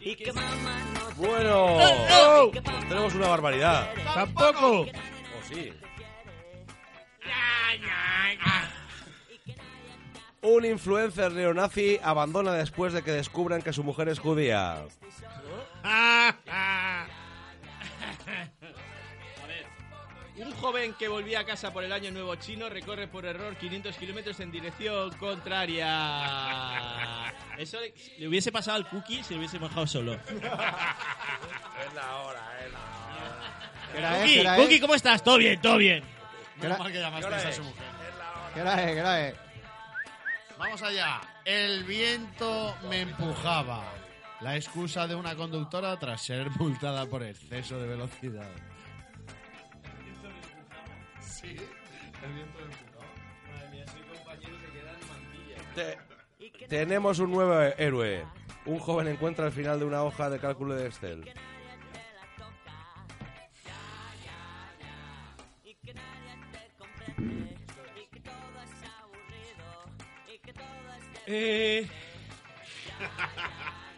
Y que mamá no Bueno, ¡No! tenemos una barbaridad. ¡Tampoco! ¿O sí? Un influencer neonazi abandona después de que descubran que su mujer es judía. Ah. A ver. [LAUGHS] Un joven que volvía a casa por el año nuevo chino recorre por error 500 kilómetros en dirección contraria. Eso le, le hubiese pasado al cookie si le hubiese mojado solo. Es la hora, es la hora. Cookie, Cookie, ¿cómo estás? Todo bien, todo bien. ¿Qué hora- Menos mal que llamasteis a su mujer. ¿Qué hora es? ¿Qué hora es? Vamos allá. Ah, El viento me empujaba. La excusa de una conductora tras ser multada por exceso de velocidad. Sí, el viento del Madre mía, soy compañero que queda en mantilla. [LAUGHS] Te- Tenemos un nuevo héroe. Un joven encuentra al final de una hoja de cálculo de Excel. Eh,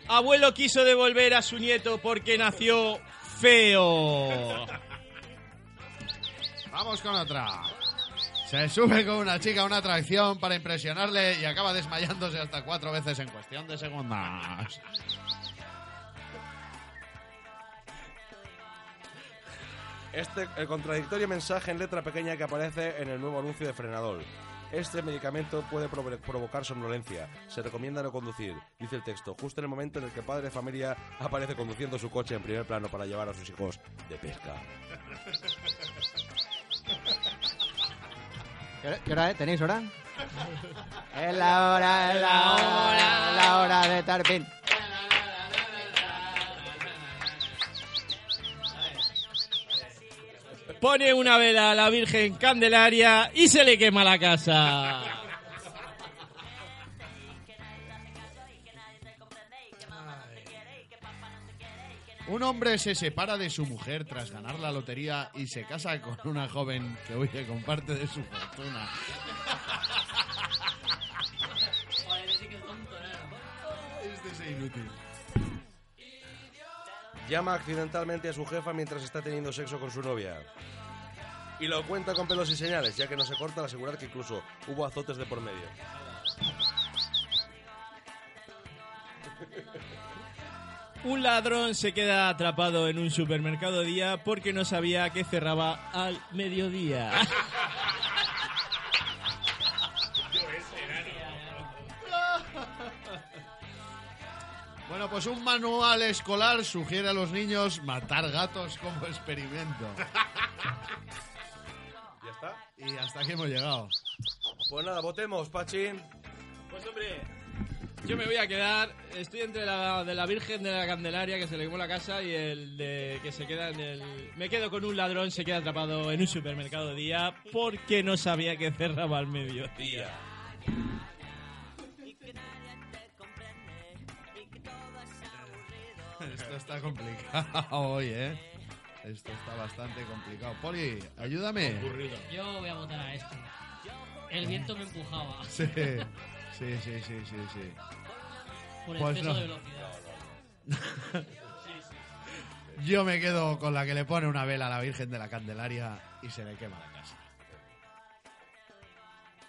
Abuelo quiso devolver a su nieto porque nació feo. Vamos con otra. Se sube con una chica a una atracción para impresionarle y acaba desmayándose hasta cuatro veces en cuestión de segundos. Este el contradictorio mensaje en letra pequeña que aparece en el nuevo anuncio de Frenadol. Este medicamento puede prove- provocar somnolencia. Se recomienda no conducir, dice el texto, justo en el momento en el que padre de familia aparece conduciendo su coche en primer plano para llevar a sus hijos de pesca. ¿Qué hora- qué hora es? ¿Tenéis hora? Es la hora, es la hora, es la hora de Tarpin. Pone una vela a la Virgen Candelaria y se le quema la casa. Un hombre se separa de su mujer tras ganar la lotería y se casa con una joven que huye con parte de su fortuna. Joder, sí que es tonto, ¿eh? Este es inútil. Llama accidentalmente a su jefa mientras está teniendo sexo con su novia. Y lo cuenta con pelos y señales, ya que no se corta al asegurar que incluso hubo azotes de por medio. Un ladrón se queda atrapado en un supermercado día porque no sabía que cerraba al mediodía. Bueno, pues un manual escolar sugiere a los niños matar gatos como experimento. ¿Ya está? Y hasta aquí hemos llegado. Pues nada, votemos, Pachín. Pues hombre, Yo me voy a quedar, estoy entre la de la Virgen de la Candelaria que se le quemó la casa y el de que se queda en el... Me quedo con un ladrón, se queda atrapado en un supermercado día porque no sabía que cerraba al mediodía. Esto está complicado hoy, ¿eh? Esto está bastante complicado. Poli, ayúdame. Yo voy a votar a este. El viento me empujaba. Sí, sí, sí, sí, sí. sí. Por Pues exceso no. de velocidad. Yo me quedo con la que le pone una vela a la Virgen de la Candelaria y se le quema la casa.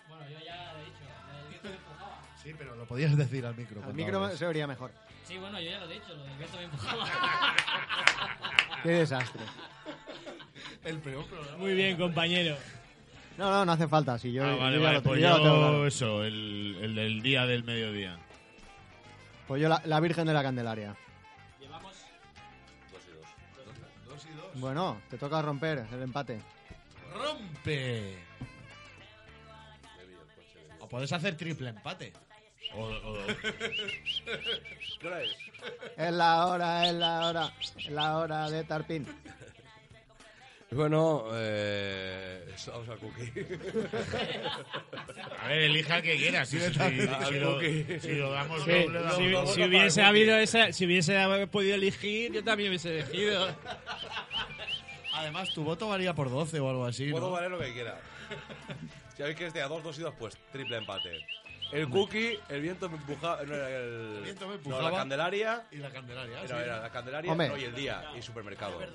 Bueno, yo ya lo he dicho. El viento me empujaba. Sí, pero Lo podías decir al micro. Al cuando micro hables. se oiría mejor. Sí, bueno, yo ya lo he dicho. Lo del viento me empujaba. Qué desastre. El peor programa. Muy bien, compañero. No, no, no hace falta. Si yo, Ah, yo vale, ya vale, lo- yo pues ya lo tengo claro. yo eso, el, el del día del mediodía. Pues yo la, la Virgen de la Candelaria. Llevamos dos y dos. Dos y dos. Bueno, te toca romper el empate. ¡Rompe! O puedes hacer triple empate. ¿Qué hora es? Es la hora, es la hora, es la hora de [LAUGHS] Tarpin. Bueno, eh, vamos al cookie. A ver, elija el que quiera. Si, si- si- si lo, si lo damos Sí, doble, damos si, doble. si hubiese habido esa, si hubiese podido elegir, yo también hubiese elegido. Además, tu voto varía por 12 o algo así. ¿no? Puedo valer lo que quiera. Sabéis que es de a dos, dos y dos, pues triple empate. El cookie, el viento me empujaba. No, era el, viento me no, empujaba. la candelaria. Y la candelaria. Era, sí. Ah, era la candelaria Hombre. no, y el día y supermercado. El,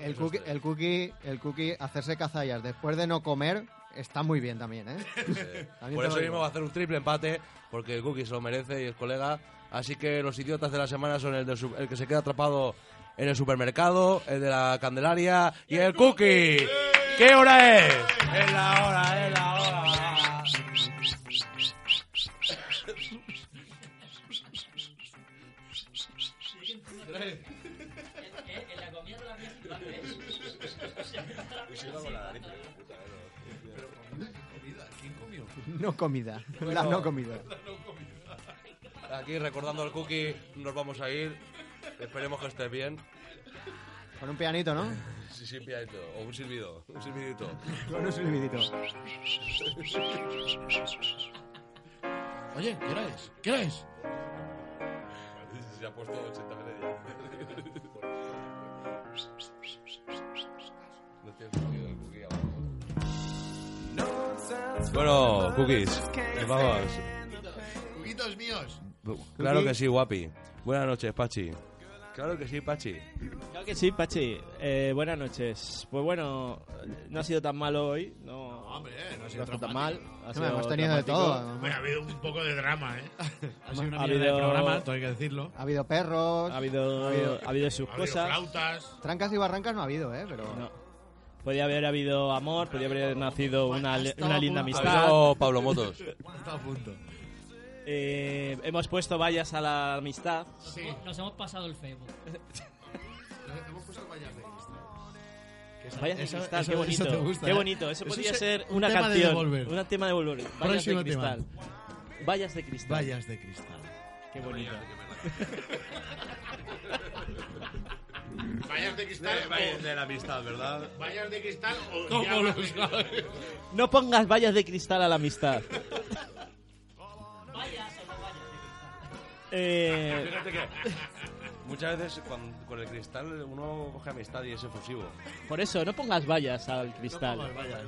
el cookie, el, cookie, el cookie, hacerse cazallas después de no comer está muy bien también, [LAUGHS] ¿eh? También Por te lo eso mismo digo. va a hacer un triple empate, porque el Cookie se lo merece y es colega. Así que los idiotas de la semana son el, del su- el que se queda atrapado en el supermercado, el de la Candelaria y el Cookie. ¿Qué hora es? Es la hora, es la hora. En la comida de la Yo sigo con la nariz, puta, eh, no. Comida, ¿Quién comió? no comida. Bueno. La no comida. Aquí recordando al cookie, nos vamos a ir. Esperemos que estés bien. Con un pianito, ¿no? Sí, sí, piadito. O un silbido. Un silbidito. Con un silbidito. Oye, ¿qué hora es? ¿Qué hora es? Se ha puesto 80 medias. No tiene sentido el cookie abajo. Bueno, cookies, eh, vamos. Juguitos míos. Claro que sí, guapi. Buenas noches, Pachi. Claro que sí, Pachi. Claro que sí, Pachi. Eh, buenas noches. Pues bueno, no ha sido tan malo hoy. No, hombre, no ha sido tan mal. Ha sido hemos tenido de dramático. todo. Bueno, ha habido un poco de drama, ¿eh? Ha sido una mierda de programa, todo hay que decirlo. Ha habido perros. Ha habido, ha habido- ha habido sus ha habido cosas. Trancas y barrancas no ha habido, ¿eh? Pero... No. Podía haber habido amor, podía haber nacido una, le- estaba una a linda punto. amistad. Habido Pablo [LAUGHS] Motos. Está a punto. Eh, hemos puesto vallas a la amistad. Nos hemos pasado el Facebook. Hemos puesto vallas de cristal. Vallas de cristal, qué bonito. qué bonito. Eso, podría ser una tema De canción. devolver. un tema de volver. Vallas Próximo de tema. cristal. Vallas de cristal. Vallas de cristal. Qué bonito. [LAUGHS] Vallas de cristal. De- oh. vallas de la amistad, ¿verdad? Vallas de cristal o. ¿Cómo ya- lo sabes? No pongas vallas de cristal a la amistad. Eh, Fíjate que muchas veces con, con el cristal uno coge amistad y es efusivo. por eso, no pongas vallas al cristal. pongas vallas.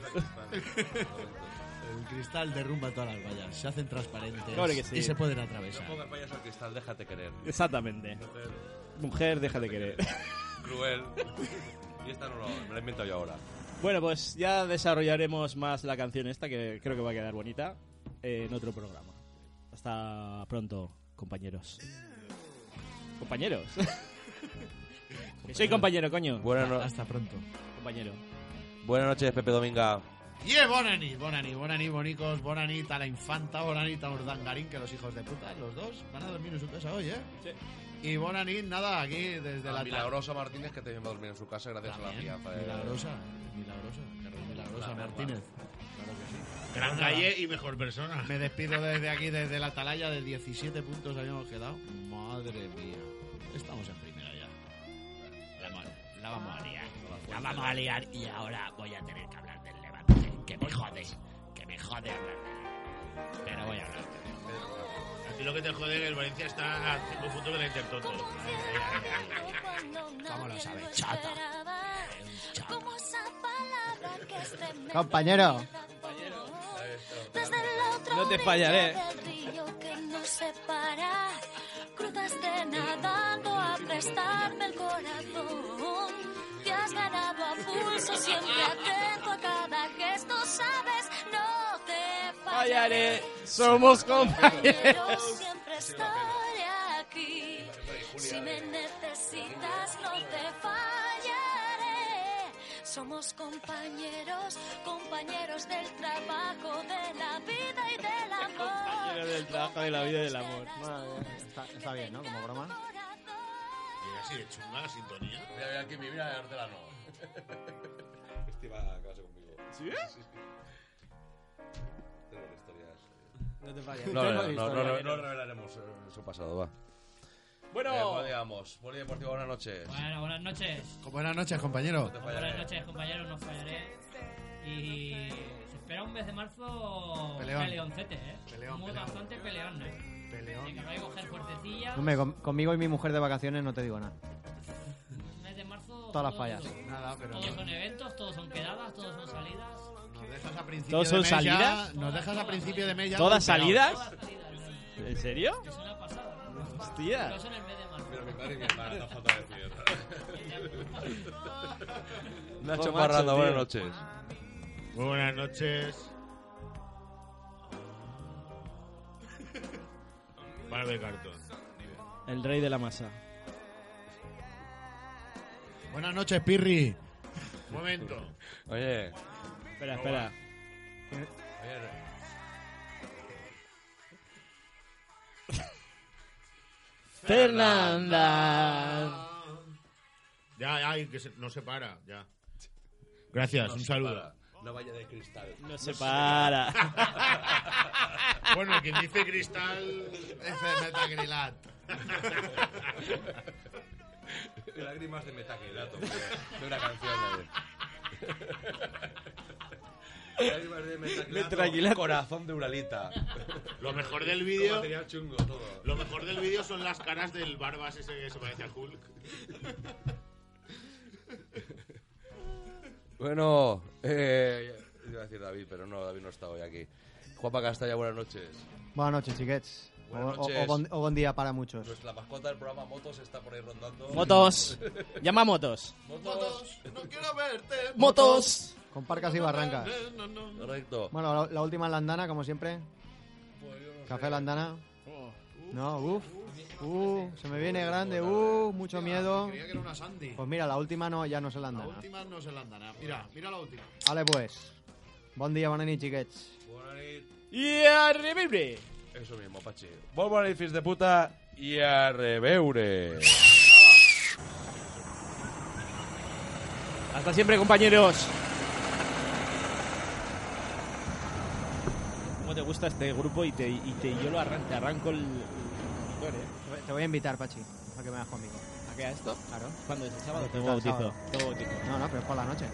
El cristal derrumba todas las vallas. Se hacen transparentes. Claro que sí. Y se pueden atravesar. No pongas vallas al cristal, déjate querer. [LAUGHS] Exactamente. Mujer, deja de querer. Cruel. Y esta no lo, me la he inventado yo ahora. Bueno, pues ya desarrollaremos más la canción esta, que creo que va a quedar bonita, eh, en otro programa. Hasta pronto, compañeros. Compañeros. [LAUGHS] Que soy compañero, coño. Buenas no- Hasta pronto. Compañero. Buenas noches, Pepe Dominga. Yeah, bonani, bonani, bonani, bonicos, bonani a la infanta, bonani a los dangarín, que los hijos de puta, los dos, van a dormir en su casa hoy, ¿eh? Sí. Y bonani, nada, aquí desde A la... Ah, Milagrosa Martínez, que te viene a dormir en su casa gracias eh. a la fianza. de- Milagrosa, milagrosa, milagrosa La merma. Martínez. Claro que sí. Gran Nada. calle y mejor persona. Me despido desde aquí, desde la atalaya de 17 puntos habíamos quedado. Madre mía. Estamos en primera ya. La, mo- la vamos a liar. La vamos a liar y ahora voy a tener que hablar del Levante. Que me jode, que me jode hablar del Pero voy a hablar. A ti lo que te jode es que el Valencia está a 5 puntos del Intertoto. ¿Cómo lo sabe, Chata? Como esa palabra que es tremenda. Compañero. Desde la otra No te eh. orilla fallaré. del río que nos separa, cruzaste nadando a prestarme el corazón. Te has ganado a pulso, siempre atento a cada gesto, sabes, no te fallaré. Somos Pero compañeros. siempre estaré aquí. Si me necesitas, no te fallaré. Somos compañeros, compañeros del trabajo, de la vida y del amor. del trabajo, de la vida y del amor. Está, está bien, ¿no? Como broma. Y así de chunga la sintonía. Mira, mira, aquí, mira, dártela no. Estima, acabase conmigo. ¿Sí? sí, sí. Tengo historias. No te No, no, no, no, no, no revelaremos eh, su pasado, va. Bueno. Eh, volvíamos. Polideportivo, buenas noches. Bueno, buenas noches. Buenas noches, compañero. Buenas noches, compañeros, no fallaré. Y se espera un mes de marzo Peleón. peleoncete, ¿eh? Peleón, Muy peleón. bastante peleón, ¿eh? Peleón. Así que hay que coger fuertecilla. Hombre, con- conmigo y mi mujer de vacaciones no te digo nada. mes de marzo... Todas las todo fallas. duro. Nada, pero Todos no. son eventos, todos son quedadas, todos son salidas. Nos dejas a principio ¿Todos de son mes ya- salidas? Nos dejas a principio de mes ya ¿Todas golpeados. salidas? ¿En serio? Es una pasada, ¿no? Hostia. Pero son el mes de marzo. Mira, mi padre y mi hermana, no falta decir. Nacho Macho, Parranda, tío. buenas noches. Muy buenas noches. Para de cartón. El rey de la masa. Buenas noches, Pirri. Momento. Oye, Espera, espera. oye, Fernanda. Ya, ya, y que se- no se para, ya. Gracias, no un se saludo. para. Una valla de cristal. No se [LAUGHS] para. [LAUGHS] Bueno, quien dice cristal. Dice [LAUGHS] metagrilat. Lágrimas de Ah. metacrilato. [LAUGHS] De una canción. ¿no? Lágrimas de metacrilato. Metacrilato. Corazón de Uralita. Lo mejor del Con vídeo. material chungo todo. Lo mejor del vídeo son las caras del Barbas ese que se parece a Hulk. Bueno, eh, iba a decir David, pero no, David no está hoy aquí. Juanpa Castalla, buenas noches. Buenas noches, chiquets. O, Buenas o- o noches. bon- o buen día para muchos. Nuestra mascota del programa Motos está por ahí rondando. Motos. [LAUGHS] Llama a motos. Motos. No quiero verte. Motos. Con parcas y barrancas. Correcto. Bueno, la, la última landana, como siempre. Pues Café landana. Oh, No, uff. Uh, se me viene grande, uh, mucho Ah, miedo. creía que era una Sandy. Pues mira, la última no, ya no se landana. Últimas no se la andan. Mira, mira la última. Vale, pues. Buen día, buenas noches, chiquets. Y a revibre. Eso mismo, Pachi. Volvo a edificio de puta y a rebeure. Hasta siempre, compañeros. ¿Cómo te gusta este grupo y, te, y te- yo lo arran- te arranco el, el monitor, eh? Te voy a invitar, Pachi, a que me hagas conmigo. ¿A qué a esto? Claro. ¿Cuándo es el sábado? Tengo Tengo bautizo. bautizo. Tengo bautizo. No, no, pero es por la noche.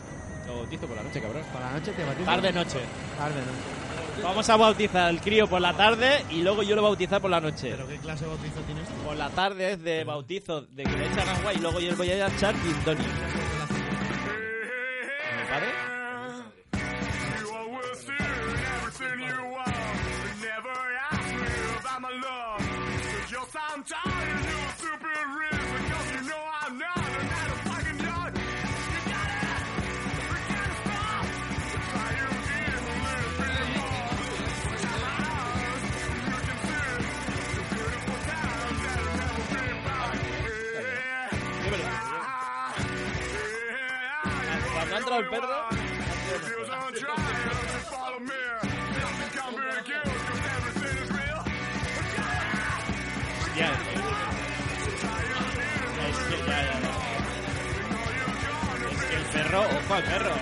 Tengo bautizo por la noche, cabrón. Por la noche te bautizo. Tarde noche. Tarde noche. Vamos a bautizar al crío por la tarde y luego yo lo bautizar por la noche. ¿Pero qué clase de bautizo tienes tú? Por la tarde es de bautizo, de que le echan agua y luego yo voy a echar gin tonic. ¿Me pare? Cuando ha entrado el perro... Ya, es que ya, ya, ya. Es que el perro, ojo al perro, eh.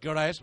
¿Qué hora es?